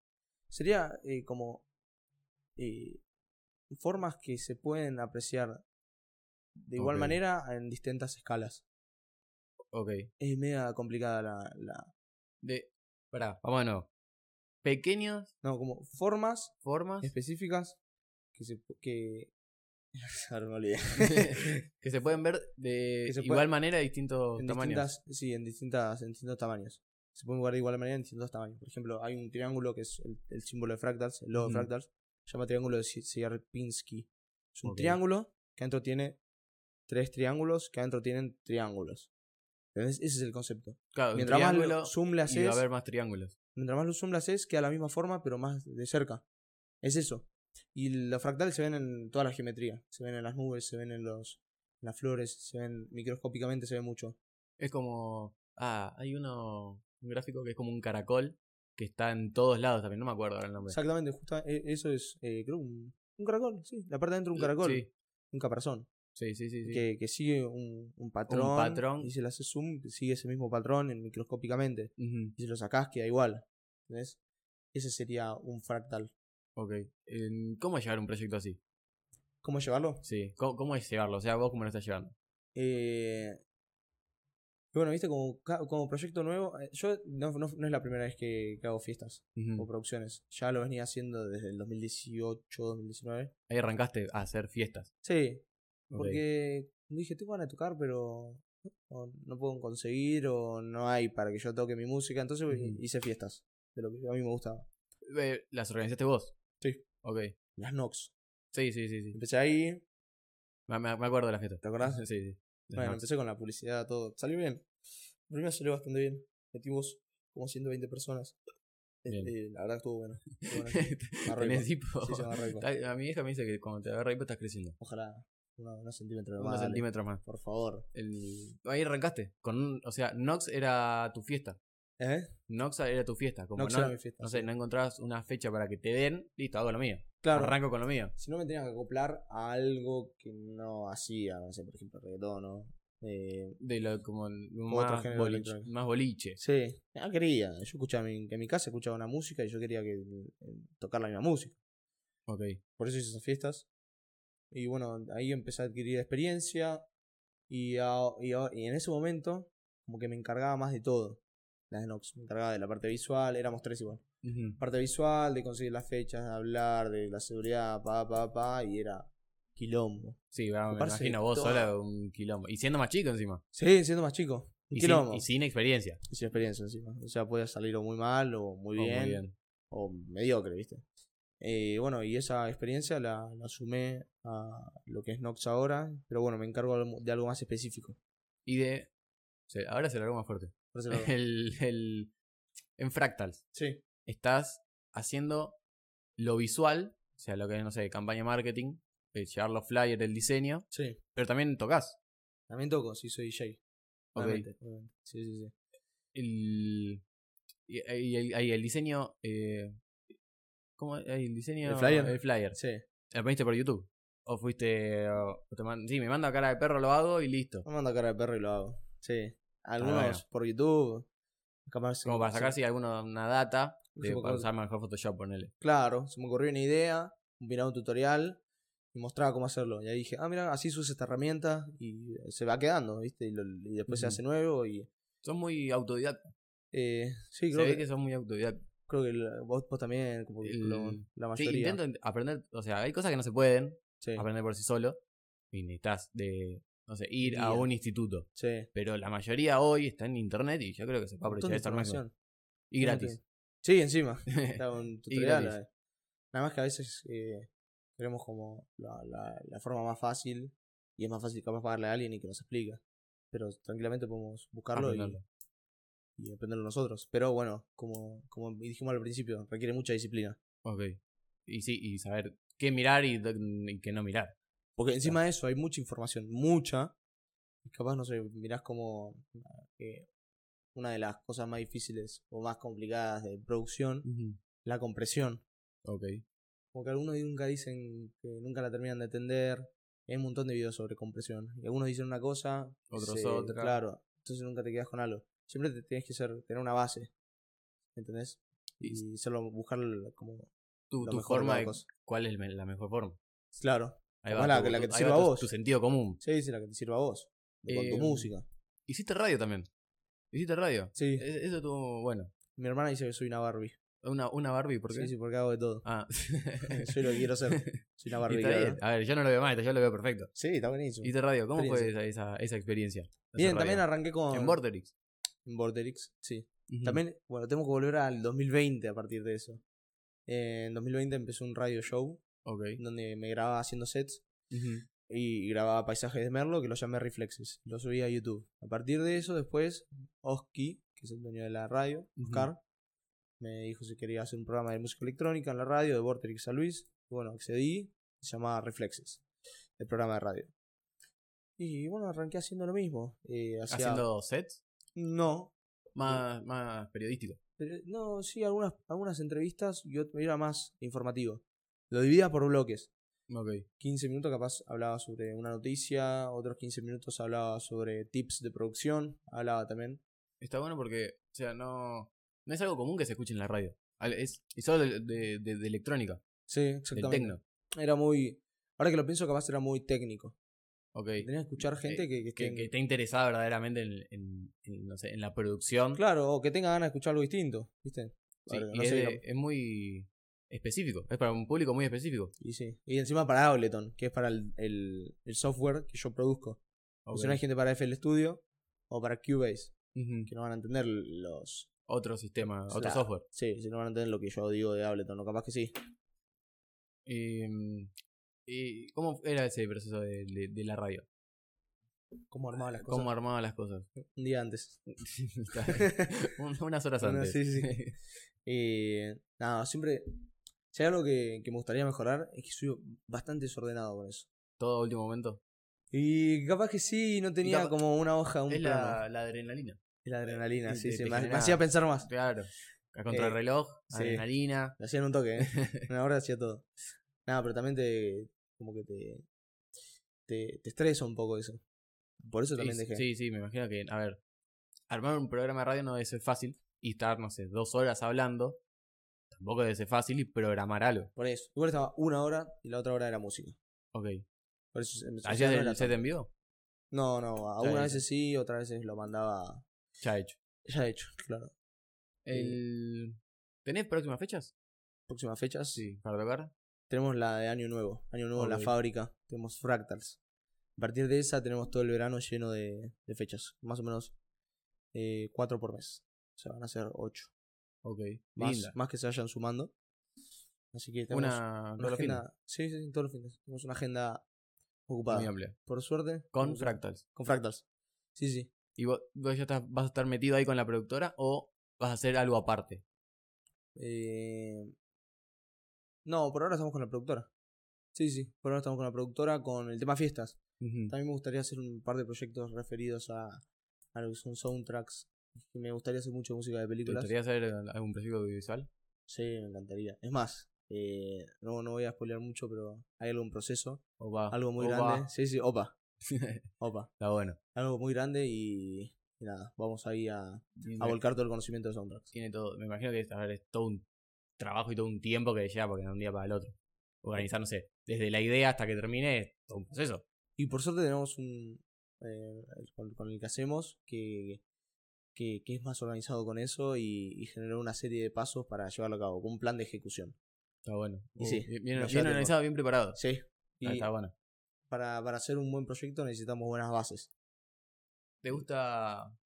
Sería eh, como. eh, formas que se pueden apreciar de igual Ok. manera en distintas escalas. Ok. Es media complicada la. la- De. Pará, vamos de nuevo. Pequeñas no, como formas formas específicas que se. pu- que. Ahora me olvidé. que se pueden ver de Que se igual pueden- manera de distintos en tamaños. distintas, sí, en distintas, en distintos tamaños. Se pueden jugar de igual manera en distintos tamaños. Por ejemplo, hay un triángulo que es el, el símbolo de fractals, el logo Ujú. de fractals, se llama triángulo de Si- Sierpinski. Es un Ok. triángulo que adentro tiene tres triángulos que adentro tienen triángulos. ¿Entendés? Ese es el concepto. Claro, un Mientras más triángulo lo zoom le y va haces, a haber más triángulos. mientras más lo zoom le haces, queda la misma forma, pero más de cerca. Es eso. Y los fractales se ven en toda la geometría. Se ven en las nubes, se ven en los en las flores, se ven microscópicamente, se ve mucho. Es como. Ah, hay uno. Un gráfico que es como un caracol que está en todos lados también. No me acuerdo ahora el nombre. Exactamente, justa, e- eso es, eh, creo, un, un caracol, sí, la parte de adentro de un caracol, Sí, un caparazón, sí, sí. sí, sí. Que, que sigue un, un patrón, patrón. y se le hace zoom, sigue ese mismo patrón en- microscópicamente, Ujú, y si lo sacás queda igual, ¿ves? Ese sería un fractal. ok. Em, ¿Cómo llevar un proyecto así? ¿Cómo llevarlo? Sí. ¿Cómo, cómo es llevarlo? O sea, vos cómo lo estás llevando. Eh, y bueno, viste, como, ca- como proyecto nuevo, eh, yo no, no- no es la primera vez que, que hago fiestas Ujú. o producciones, ya lo venía haciendo desde el 2018, 2019. Ahí arrancaste a hacer fiestas. Sí, Ok. Porque dije, tengo ganas de tocar, pero o no puedo conseguir o no hay para que yo toque mi música. Entonces Ujú. hice fiestas de lo que a mí me gustaba. Eh, ¿Las organizaste vos? Sí. Ok. Las Nox. Sí, sí, sí. sí. Empecé ahí. Me, me- me acuerdo de las fiestas. ¿Te acordás? Sí, sí. Las Bueno, noches. empecé con la publicidad, todo. Salió bien. Primero salió bastante bien. Metimos como 120 personas. Bien. Este, la verdad estuvo bueno. Estuvo bueno. Sí, Tenés Marruecos. tipo. se llama récord. A mi hija me dice que cuando te agarra hipo estás creciendo. Ojalá. Unos unos centímetros Unos más. dale, centímetros más. Por favor. El- Ahí arrancaste. Con un- O sea, Nox era tu fiesta. ¿Eh? Nox era tu fiesta. Como Nox no, era mi fiesta, no sé, no encontrabas una fecha para que te den, listo, hago lo mío. Claro. Arranco con lo mío. si no me tenía que acoplar a algo que no hacía, no sé, por ejemplo, reggaetón, ¿no? Eh, De lo como el- otro más género boliche, electrónico. más boliche. sí, ah, quería. Yo escuchaba mi- en mi casa escuchaba una música y yo quería que eh, tocar la misma música. Ok. Por eso hice esas fiestas. Y bueno, ahí empecé a adquirir experiencia. Y, a- y, a- y en ese momento, como que me encargaba más de todo. Las de Nox, me encargaba de la parte visual, éramos tres igual. Ujú. Parte visual, de conseguir las fechas, de hablar, de la seguridad, pa, pa, pa, y era quilombo. Sí, va, me Ocuparse de imagino vos todo. sola un quilombo. Y siendo más chico encima. Sí, siendo más chico. Un Y sin, quilombo. y sin experiencia. y sin experiencia encima. O sea, podía salir o muy mal, o muy Oh, bien, Muy bien. o mediocre, ¿viste? Eh, bueno, y esa experiencia la, la sumé a lo que es Nox ahora, pero bueno, me encargo algo- de algo más específico. Y de. se- Ahora se lo hago más fuerte. Por eso lo- El, el, en fractals Sí. estás haciendo lo visual, o sea, lo que es, no sé, campaña de marketing, eh, llevar los flyers, el diseño, Sí. pero también tocas. También toco, sí, soy DJ. obviamente, obviamente. Sí, sí, sí. El, y, y el, ahí el diseño. Eh, ¿Cómo es? El diseño. ¿El flyer? El flyer. Sí. ¿Lo aprendiste por YouTube? ¿O fuiste.? o te man- sí, me manda cara de perro, lo hago y listo. Me mando cara de perro y lo hago. Ah, Sí. Algunos bueno. por YouTube. Capaz, Como para sí. sacar si alguna una data de, Yo me para acuerdo- usar mejor Photoshop, ponele. Claro, se me ocurrió una idea, miraba un tutorial y mostraba cómo hacerlo. Y ahí dije, ah, mira, así se usa esta herramienta y eh, se va quedando, ¿viste? Y, lo- y después se Ujú. hace nuevo y... Son muy autodidactas. eh, sí, Se creo ve que, que son muy autodidactas. creo que la- vos, vos también, como que El- lo- la Sí, mayoría. intento ent- aprender. O sea, hay cosas que no se pueden. Sí, aprender por sí solo y necesitas de, no sé, ir a Guía. un instituto. sí. Pero la mayoría hoy está en internet y yo creo que se puede Un aprovechar montón de esta información. información. Y gratis. Sí, encima. Está un tutorial. gratis. eh. Nada más que a veces eh, queremos como la, la- la forma más fácil y es más fácil capaz pagarle a alguien y que nos explica. Pero tranquilamente podemos buscarlo y, Aprenderlo. y aprenderlo nosotros. Pero bueno, como, como dijimos al principio, requiere mucha disciplina. Ok. Y sí, y saber qué mirar y, do- y qué no mirar. Porque encima de eso hay mucha información, mucha. Y capaz, no sé, mirás como eh, una de las cosas más difíciles o más complicadas de Mm. producción, la compresión. Ok. Como que algunos nunca dicen que nunca la terminan de entender. Hay un montón de videos sobre compresión. Y algunos dicen una cosa, Otros se- otra. Claro, entonces nunca te quedas con algo. Siempre te tienes que ser, tener una base. ¿Entendés? Y- Y solo buscar el- como Tu, la tu mejor forma cada de cosa. cuál es me- la mejor forma. Claro. Ahí Capaz la tu- que- la que tu- te ahí sirva va a tu- vos. Tu sentido común. Sí, sí, la que te sirva a vos. Con tu Eh, música. Hiciste radio también. Hiciste radio. Sí. Es- Eso tuvo, bueno, Mi hermana dice que soy una Barbie. una, una Barbie, ¿por qué? Sí, sí, porque hago de todo. Ah. Soy lo que quiero ser. Soy una Y Barbie. está claro. bien. A ver, yo no lo veo mal, yo lo veo perfecto. Sí, está buenísimo. Y te radio, ¿cómo fue Experiencia. esa, esa, esa experiencia? Bien, Esa también radio. arranqué con. en Mm. Borderix. en Borderix, sí. También, bueno, tengo que volver al 2020 a partir de eso. Eh, en 2020 empezó un radio show Ok. donde me grababa haciendo sets y grababa paisajes de Merlo que lo llamé Reflexes. Lo subí a YouTube. A partir de eso, después, Oski, que es el dueño de la radio, Ujú. Oscar, me dijo si quería hacer un programa de música electrónica en la radio de Vorterix a Luis. Y bueno, accedí, se llamaba Reflexes, el programa de radio. Y bueno, arranqué haciendo lo mismo. eh, hacía- Haciendo sets No, más, más periodístico. Pero, no, sí, algunas, algunas entrevistas y otro era más informativo. Lo dividía por bloques. Ok. 15 minutos capaz hablaba sobre una noticia, otros 15 minutos hablaba sobre tips de producción, hablaba también. Está bueno porque, o sea, no, no es algo común que se escuche en la radio. Al- Es, y solo de, de- de- de electrónica, Sí, del exactamente. tecno. Era muy, ahora que lo pienso capaz era muy técnico. Ok. Tenías que escuchar gente que, que esté Eh, Que, en- que esté interesada verdaderamente en, en- en, no sé, en la producción. Claro, o que tenga ganas de escuchar algo distinto, ¿viste? Sí, Ahora, y no es, sé, de- lo- es muy específico. Es para un público muy específico. y sí. Y encima para Ableton, que es para el, el- el software que yo produzco. Ok. Si no hay gente para FL Studio o para Cubase, Ujú. que no van a entender los, Otro sistema, otro Claro. software. Sí, si no van a entender lo que yo digo de Ableton, no capaz que sí. Eh, ¿Y cómo era ese proceso de, de- de la radio? ¿Cómo armaba las ¿Cómo armaba las cosas? Un día antes. Un- Unas horas Una- antes. sí, sí, sí. Eh, nada, siempre. Si hay algo que, que me gustaría mejorar, es que soy bastante desordenado con eso. Todo a último momento. Y capaz que sí, no tenía capaz- como una hoja, un es plano. la, la adrenalina. Es La adrenalina, y sí, te- sí. te Me, me genera- hacía pensar más. Claro. A contrarreloj, Eh, sí. adrenalina. Me hacían un toque, ¿eh? Una hora hacía todo. Nada, pero también te. Como que te. Te, te estresa un poco eso. Por eso también Y- dejé. sí, sí, me imagino que, a ver, armar un programa de radio no debe ser fácil y estar, no sé, dos horas hablando tampoco debe ser fácil y programar algo. Por eso. Igual estaba una hora y la otra hora era música. Ok. Por eso se- se- ¿Hacías no era el ¿Ah, set en vivo? No, no, Ya algunas hecho. veces sí, otras veces lo mandaba. Ya hecho. Ya hecho, claro. El... ¿Tenés próximas fechas? Próximas fechas. ¿Para tocar? Tenemos la de Año Nuevo. Año Nuevo en la Ok. fábrica. Tenemos Fractals. A partir de esa tenemos todo el verano lleno de, de fechas. Más o menos eh, cuatro por mes. O sea, van a ser ocho. Ok. Más, Linda. más que se vayan sumando. Así que tenemos Una, una todos los fines. agenda. Sí, sí, sí, todos los fines. Tenemos una agenda ocupada. Muy amplia. Por suerte. Con tenemos- fractals. Con Fractals. Sí, sí. ¿Y vos, vos ya estás- vas a estar metido ahí con la productora o vas a hacer algo aparte? Eh, No, por ahora estamos con la productora. Sí, sí, por ahora estamos con la productora con el tema fiestas. También me gustaría hacer un par de proyectos referidos a, a lo que son soundtracks. Y Me gustaría hacer mucha música de ¿Te películas. gustaría hacer algún proyecto audiovisual? Sí, me encantaría. Es más, eh, no, no voy a spoilear mucho, pero hay algún proceso, Opa. algo muy Ah, Opa. grande. Sí, sí, opa, Está opa. bueno. Algo muy grande y, y nada, vamos ahí a, a Me- volcar todo el conocimiento de soundtracks. tiene todo. Me imagino que es, a ver, es todo un trabajo y todo un tiempo que lleva porque de un día para el otro. Organizar, no sé, desde la idea hasta que termine, es todo un proceso. Y por suerte tenemos un. eh, con, con el que hacemos, que, que, que es más organizado con eso y, y generó una serie de pasos para llevarlo a cabo, con un plan de ejecución. Está bueno. Y sí, bien bien- nos lleva bien tiempo. organizado, bien preparado. Sí. Y Ah, está bueno. para, para hacer un buen proyecto necesitamos buenas bases. ¿Te gusta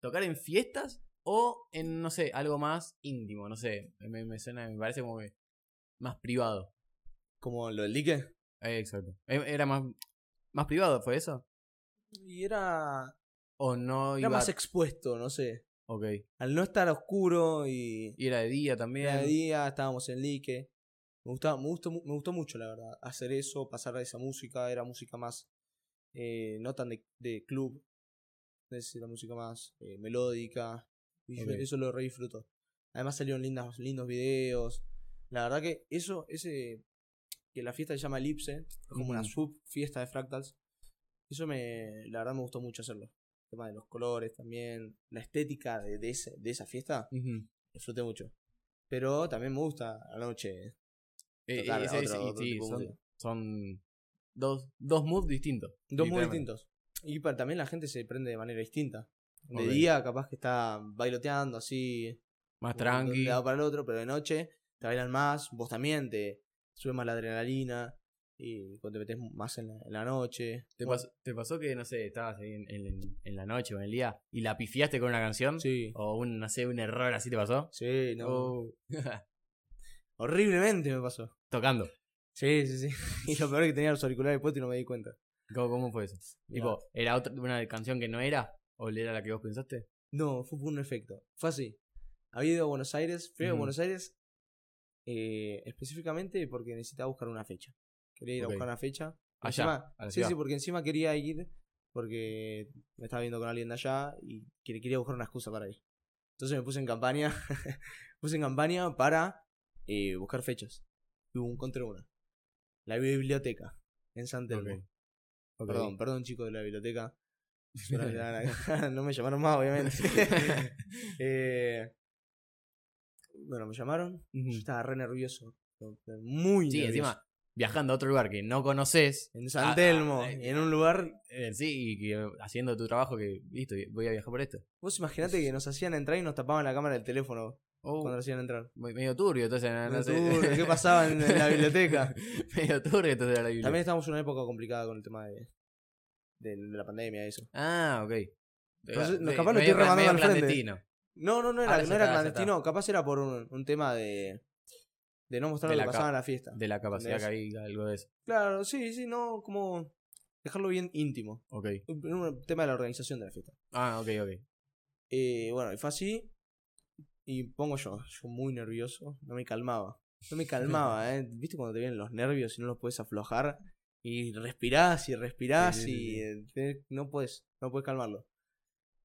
tocar en fiestas o en, no sé, algo más íntimo? No sé, me, me suena, me parece como que más privado. Como lo del dique. Eh, exacto. Eh, ¿Era más, más privado, fue eso? Y era. ¿O no iba...? Era más expuesto, no sé. ok. Al no estar oscuro y. Y era de día también. día a día estábamos en Lique. Me, gustaba, me, gustó, mu- me gustó mucho, la verdad, hacer eso, pasar a esa música. Era música más, eh, no tan de, de club, es la música más eh, melódica. Y yo Ok. eso lo re disfruto. Además salieron lindas, lindos videos. La verdad que eso, ese que la fiesta se llama Elipse, es como una Ujú. sub fiesta de fractals. Eso me, la verdad me gustó mucho hacerlo. El tema de los colores también, la estética de, de, ese- de esa fiesta Ujú. disfruté mucho. Pero también me gusta a la noche. Eh, eh, tocar ese- ese- otro- y otro sí, tipo de son, música. son dos, dos moods distintos. Dos muy Literalmente. distintos. Y pa- también la gente se prende de manera distinta. De Ok. día, capaz que está bailoteando así, Más de un tranqui. lado para el otro, pero de noche te bailan más, vos también te sube más la adrenalina. Y cuando te metes más en la, en la noche. ¿Te, pas- te pasó que, no sé, estabas ahí en, en- en la noche o en el día y la pifiaste con una canción? Sí. ¿O un, no sé, un error así te pasó? Sí, no. Oh. Horriblemente me pasó. Tocando. Sí, sí, sí. Y lo peor es que tenía los auriculares puestos y no me di cuenta. ¿Cómo, cómo fue eso? Mirá. Tipo, ¿era otra, una canción que no era? ¿O era la que vos pensaste? No, fue por un efecto. Fue así. Había ido a Buenos Aires, fui a Ujú. Buenos Aires eh, específicamente porque necesitaba buscar una fecha. Quería ir Ok. a buscar una fecha. Allá, Encima- a la sí, ciudad. sí, porque encima quería ir porque me estaba viendo con alguien de allá y que- quería buscar una excusa para ir. Entonces me puse en campaña, puse en campaña para eh, buscar fechas. Y encontré una. La biblioteca en San Telmo. Ok. Ok. Perdón, perdón chicos de la biblioteca. Espero que la hagan acá. no me llamaron más, obviamente. Eh, bueno, me llamaron. Yo Ujú. estaba re nervioso. Muy Mm. sí, nervioso. encima, viajando a otro lugar que no conoces, En Ah, San ah, Telmo, eh. en un lugar. eh, sí, y que, haciendo tu trabajo que, listo, voy a viajar por esto. Vos imaginate que nos hacían entrar y nos tapaban la cámara del teléfono Oh, cuando nos hacían entrar. me- medio turbio, entonces, no, Ah, no Medio sé. turbio, ¿Qué pasaba en, en la biblioteca? medio turbio, entonces, era la También biblioteca. estamos en una época complicada con el tema de, de la pandemia y eso. Ah, ok. Entonces, Sí, nos- capaz lo medio- estoy remando medio al frente. clandestino. No, no, no era, Ahora ya no era está, ya clandestino. Capaz era por un, un tema de, de no mostrar De lo la que ca- pasaba en la fiesta. De la capacidad que hay, algo de eso. Claro, sí, sí, no, como dejarlo bien íntimo. Ok. Un, un tema de la organización de la fiesta. Ah, ok, ok. Eh, bueno, y fue así. Y pongo yo, yo muy nervioso, no me calmaba. No me calmaba, ¿eh? ¿Viste cuando te vienen los nervios y no los puedes aflojar? Y respirás y respirás Sí, sí, y sí. eh, te- no puedes, no puedes calmarlo.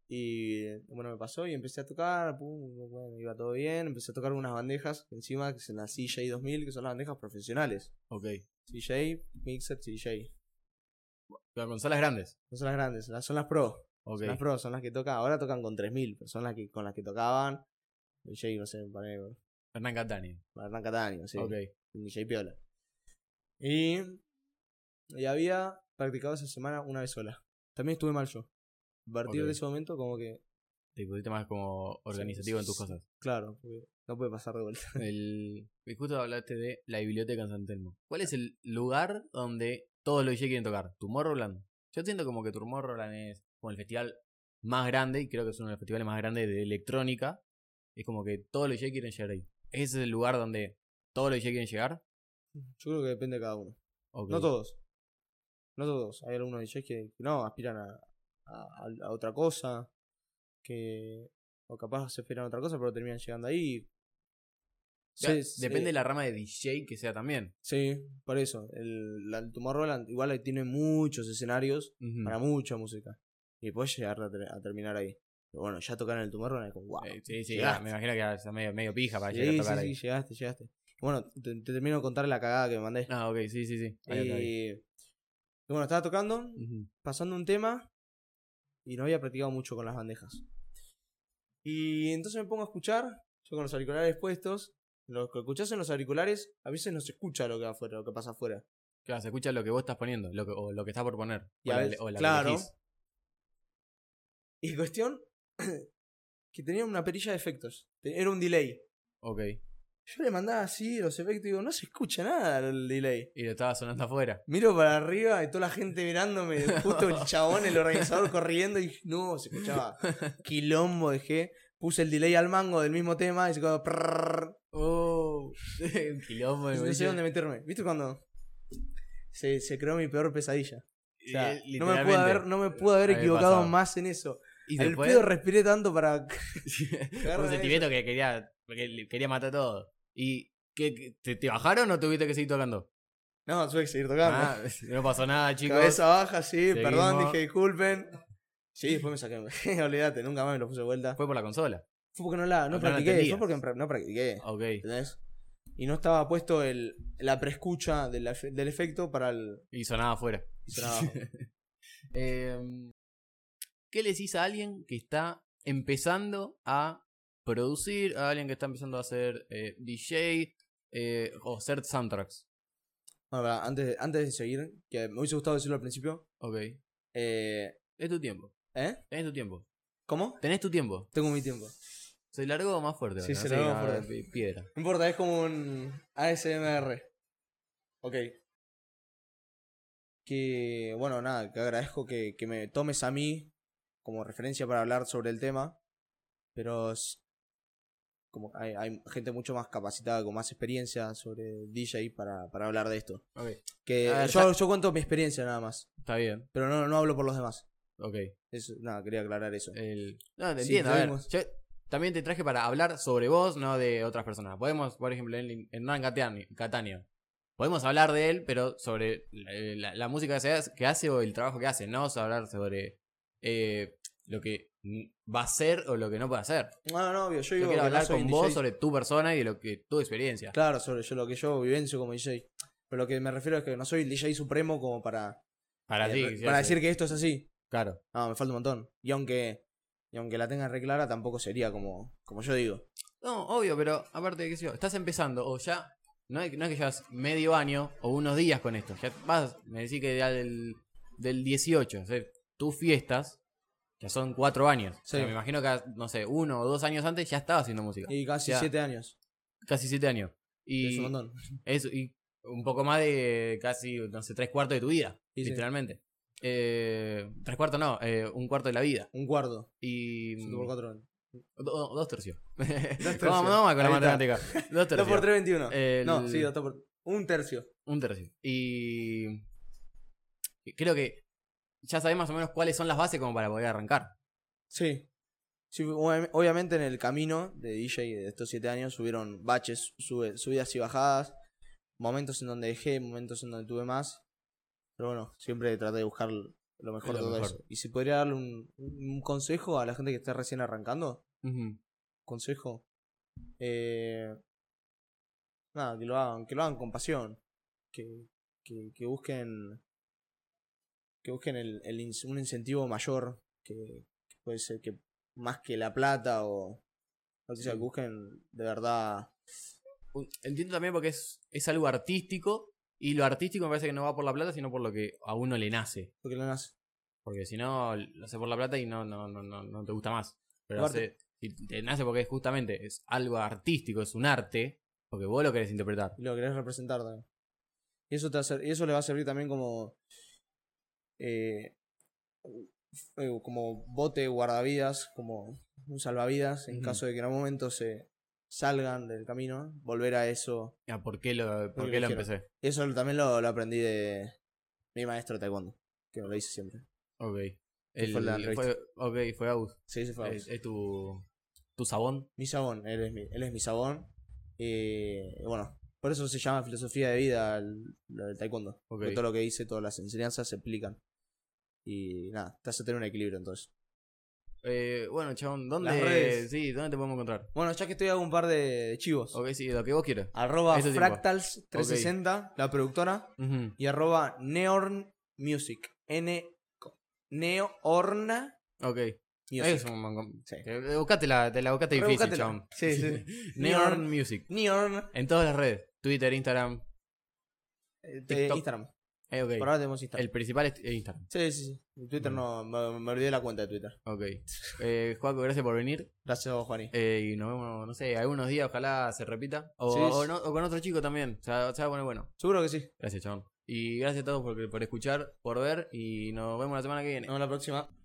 Y eh, bueno, me pasó y empecé a tocar, pum, bueno, iba todo bien, empecé a tocar unas bandejas encima, que son las CJ 2000, que son las bandejas profesionales. Ok. CJ, Mixer, CJ. Pero consolas grandes. No son las grandes, las- son las pro. Ok. Son las pro, son las que tocan. Ahora tocan con 3.000, pero son las que, con las que tocaban. DJ, no sé, poné, Hernán Catania. Hernán Cataño, sí. Ok. un DJ Piola. Y, y había practicado esa semana una vez sola. También estuve mal yo. A partir Ok. de ese momento, como que, Te pusiste más como organizativo en tus sí, sí. cosas. claro, porque no puede pasar de vuelta. El... y Justo hablaste de la biblioteca en San Telmo. ¿Cuál es el lugar donde todos los DJ quieren tocar? ¿Tomorrowland? Yo siento como que Tomorrowland es como el festival más grande, y creo que es uno de los festivales más grandes de electrónica. Es como que todos los DJ quieren llegar ahí. ¿Ese es el lugar donde todos los DJ quieren llegar? Yo creo que depende de cada uno. Ok. No todos. No todos. Hay algunos DJs que, que no, aspiran a, a- a- a otra cosa. Que O capaz se esperan otra cosa, pero terminan llegando ahí. y- Ya, Sí, sí, Depende de la rama de DJ que sea también. Sí, por eso. El, la, el Tomorrowland igual ahí tiene muchos escenarios Ujú. para mucha música. Y puedes llegar a, ter- a terminar ahí. Pero bueno, ya tocar en el Tomorrowland es como wow. Eh, sí, sí, Llegaste. ah, me imagino que vas a medio, medio pija para Sí, llegar a sí, tocar sí, ahí. llegaste, llegaste. Bueno, te, te termino de contar la cagada que me mandé. Ah, ok, sí, sí, sí. Ahí, Mm. ahí, ahí. Eh, bueno, estaba tocando, Ujú. pasando un tema y no había practicado mucho con las bandejas. Y entonces me pongo a escuchar, yo con los auriculares puestos, lo que escuchás en los auriculares, a veces no se escucha lo que afuera, lo que pasa afuera. Claro, se escucha lo que vos estás poniendo, lo que, o lo que estás por poner. Y a o la- veces- o la que claro. elegís. Y cuestión que tenía una perilla de efectos, te- era un delay. Ok. Yo le mandaba así los efectos y digo, no se escucha nada el delay. Y lo estaba sonando afuera. Miro para arriba y toda la gente mirándome, justo el chabón, el organizador corriendo y no, se escuchaba. Quilombo dejé, puse el delay al mango del mismo tema y se quedó prrrr. Oh, un quilombo. no sé dónde meterme. ¿Viste cuando se, se creó mi peor pesadilla? O sea, no me pude haber, no me pude haber Eh, A mí me equivocado pasaba. más en eso. Y Al después, pedo respiré tanto para. cagarla un de sentimiento que quería, que le- quería matar todo. ¿Y qué, qué- te, te bajaron o tuviste que seguir tocando? No, tuve que seguir tocando. Ah, no pasó nada, chicos. Cabeza baja, sí, perdón, seguimos. dije disculpen. Sí, después me saqué. Olvídate, nunca más me lo puse de vuelta. Fue por la consola. Fue porque no la no Porque no la practiqué, entendías. fue porque pra- no practiqué. Ok. ¿Entendés? Y no estaba puesto el, la preescucha del, efe- del efecto para el Y sonaba afuera. trabajo. Em, ¿Qué le decís a alguien que está empezando a producir, a alguien que está empezando a ser eh, DJ eh, o hacer soundtracks? Bueno, pará, antes, de- antes de seguir, que me hubiese gustado decirlo al principio. Ok. Eh, Es tu tiempo. ¿Eh? Tenés tu tiempo. ¿Cómo? Tenés tu tiempo. Tengo mi tiempo. ¿Se largó más fuerte? Sí, ahora? se largó ah, fuerte. pi- Piedra. No importa, es como un ASMR. Ok. Que, bueno, nada, que agradezco que, que me tomes a mí como referencia para hablar sobre el tema. Pero s- como hay, hay gente mucho más capacitada, con más experiencia sobre DJ para, para hablar de esto. Ok. Que A ver, yo, yo cuento mi experiencia nada más, Está bien. pero no, no hablo por los demás. Ok. Eso, nada, quería aclarar eso. El- No, te Sí, entiendo. a ver, podemos. yo también te traje para hablar sobre vos, no de otras personas. Podemos, por ejemplo, en Hernán Catani- Catania. Podemos hablar de él, pero sobre la, eh, la- la música que se hace, que hace o el trabajo que hace. No vamos a hablar sobre eh, lo que va a ser o lo que no puede hacer. No, Ah, no, obvio, yo, Yo digo que quiero no hablar soy con un vos DJ. sobre tu persona y de lo que tu experiencia. Claro, sobre yo, lo que yo vivencio como DJ. Pero lo que me refiero es que no soy el DJ supremo como para, Para eh, ti. re- Ah, sí, para sí. decir que esto es así. Claro. No, me falta un montón. Y aunque, y aunque la tengas re clara, tampoco sería como, como yo digo. No, obvio, pero aparte, qué sé yo, estás empezando o ya. No, es- no es que llevas medio año o unos días con esto. Ya vas, me decís que ya del, del 18, o sea, tus fiestas ya son cuatro años. O sea, Sí. me imagino que, no sé, uno o dos años antes ya estaba haciendo música. Y casi Ya. siete años. Casi siete años. es Y un montón. eso, y un poco más de casi, no sé, tres cuartos de tu vida, Y sí. literalmente. Eh, tres cuartos no, eh, un cuarto de la vida. Un cuarto. Y. Cinco do- por cuatro. do- dos tercios. tercios. Vamos, vamos con la Ahí está. matemática. Dos Dos por tercios. tres, veintiuno. El- No, sí, dos por... Un tercio. Un tercio. Y. Creo que ya sabés más o menos cuáles son las bases como para poder arrancar. Sí. Sí, obvia- obviamente en el camino de DJ de estos siete años hubieron baches, sube- subidas y bajadas, momentos en donde dejé, momentos en donde tuve más. Pero bueno, siempre traté de buscar lo mejor Lo de todo mejor. eso. Y si podría darle un, un consejo a la gente que está recién arrancando, consejo. eh, nada, que lo hagan, que lo hagan con pasión. Que, que, que busquen. Que busquen el, el ins- un incentivo mayor. Que, que puede ser que más que la plata o. O sea, que busquen de verdad. Un- Entiendo también porque es, es algo artístico. Y lo artístico me parece que no va por la plata, sino por lo que a uno le nace. Lo que le nace. Porque si no, lo hace por la plata y no, no, no, no, no te gusta más. Pero hace- Aparte- si te nace porque es justamente es algo artístico, es un arte, porque vos lo querés interpretar. y lo querés representar también. Y eso, te va a ser- y eso le va a servir también como. eh, eh, como bote guardavidas, como un salvavidas, en Ujú. caso de que en algún momento se salgan del camino, volver a eso. Ah, ¿Por qué lo, por Porque qué lo lo quiero. empecé? Eso lo- también lo, lo aprendí de mi maestro de taekwondo, que me lo dice siempre. Ok. El- fue la fue, ok, fue Agus. Sí, se fue. a Es, es tu, tu sabón. Mi eh, sabón, él es mi, él es mi sabón. Eh, bueno, por eso se llama filosofía de vida el- lo del taekwondo. Ok. Porque Todo lo que dice, todas las enseñanzas se aplican. Y nada, te hace tener un equilibrio entonces. Eh, bueno, chabón, Las ¿dónde, redes. sí, ¿dónde te podemos encontrar? Bueno, ya que estoy hago un par de chivos. Ok, sí, lo que vos quieras. Arroba Eso es Fractals360, la productora. Ujú. Y arroba Neorn Music. N Neorna Ok. Music. Es un montón. Sí. Eh, Buscate la, te la buscate Pero difícil, buscátela. chabón. Sí, sí. Neon Music. Neorn En todas las redes. Twitter, Instagram. eh, TikTok. Instagram. Eh, ok. Por ahora tenemos Instagram. El principal es eh, Instagram. Sí, sí, sí. En Twitter no, me, me olvidé la cuenta de Twitter. Ok. Eh, Juaco, gracias por venir. Gracias, Juani. Eh, y nos vemos, no sé, algunos días, ojalá se repita. O, Sí, o sí. no- o con otro chico también. O sea, o sea, bueno, bueno. Seguro que eh. sí. Gracias, chabón. Y gracias a todos por, por escuchar, por ver. Y nos vemos la semana que viene. Nos vemos la próxima.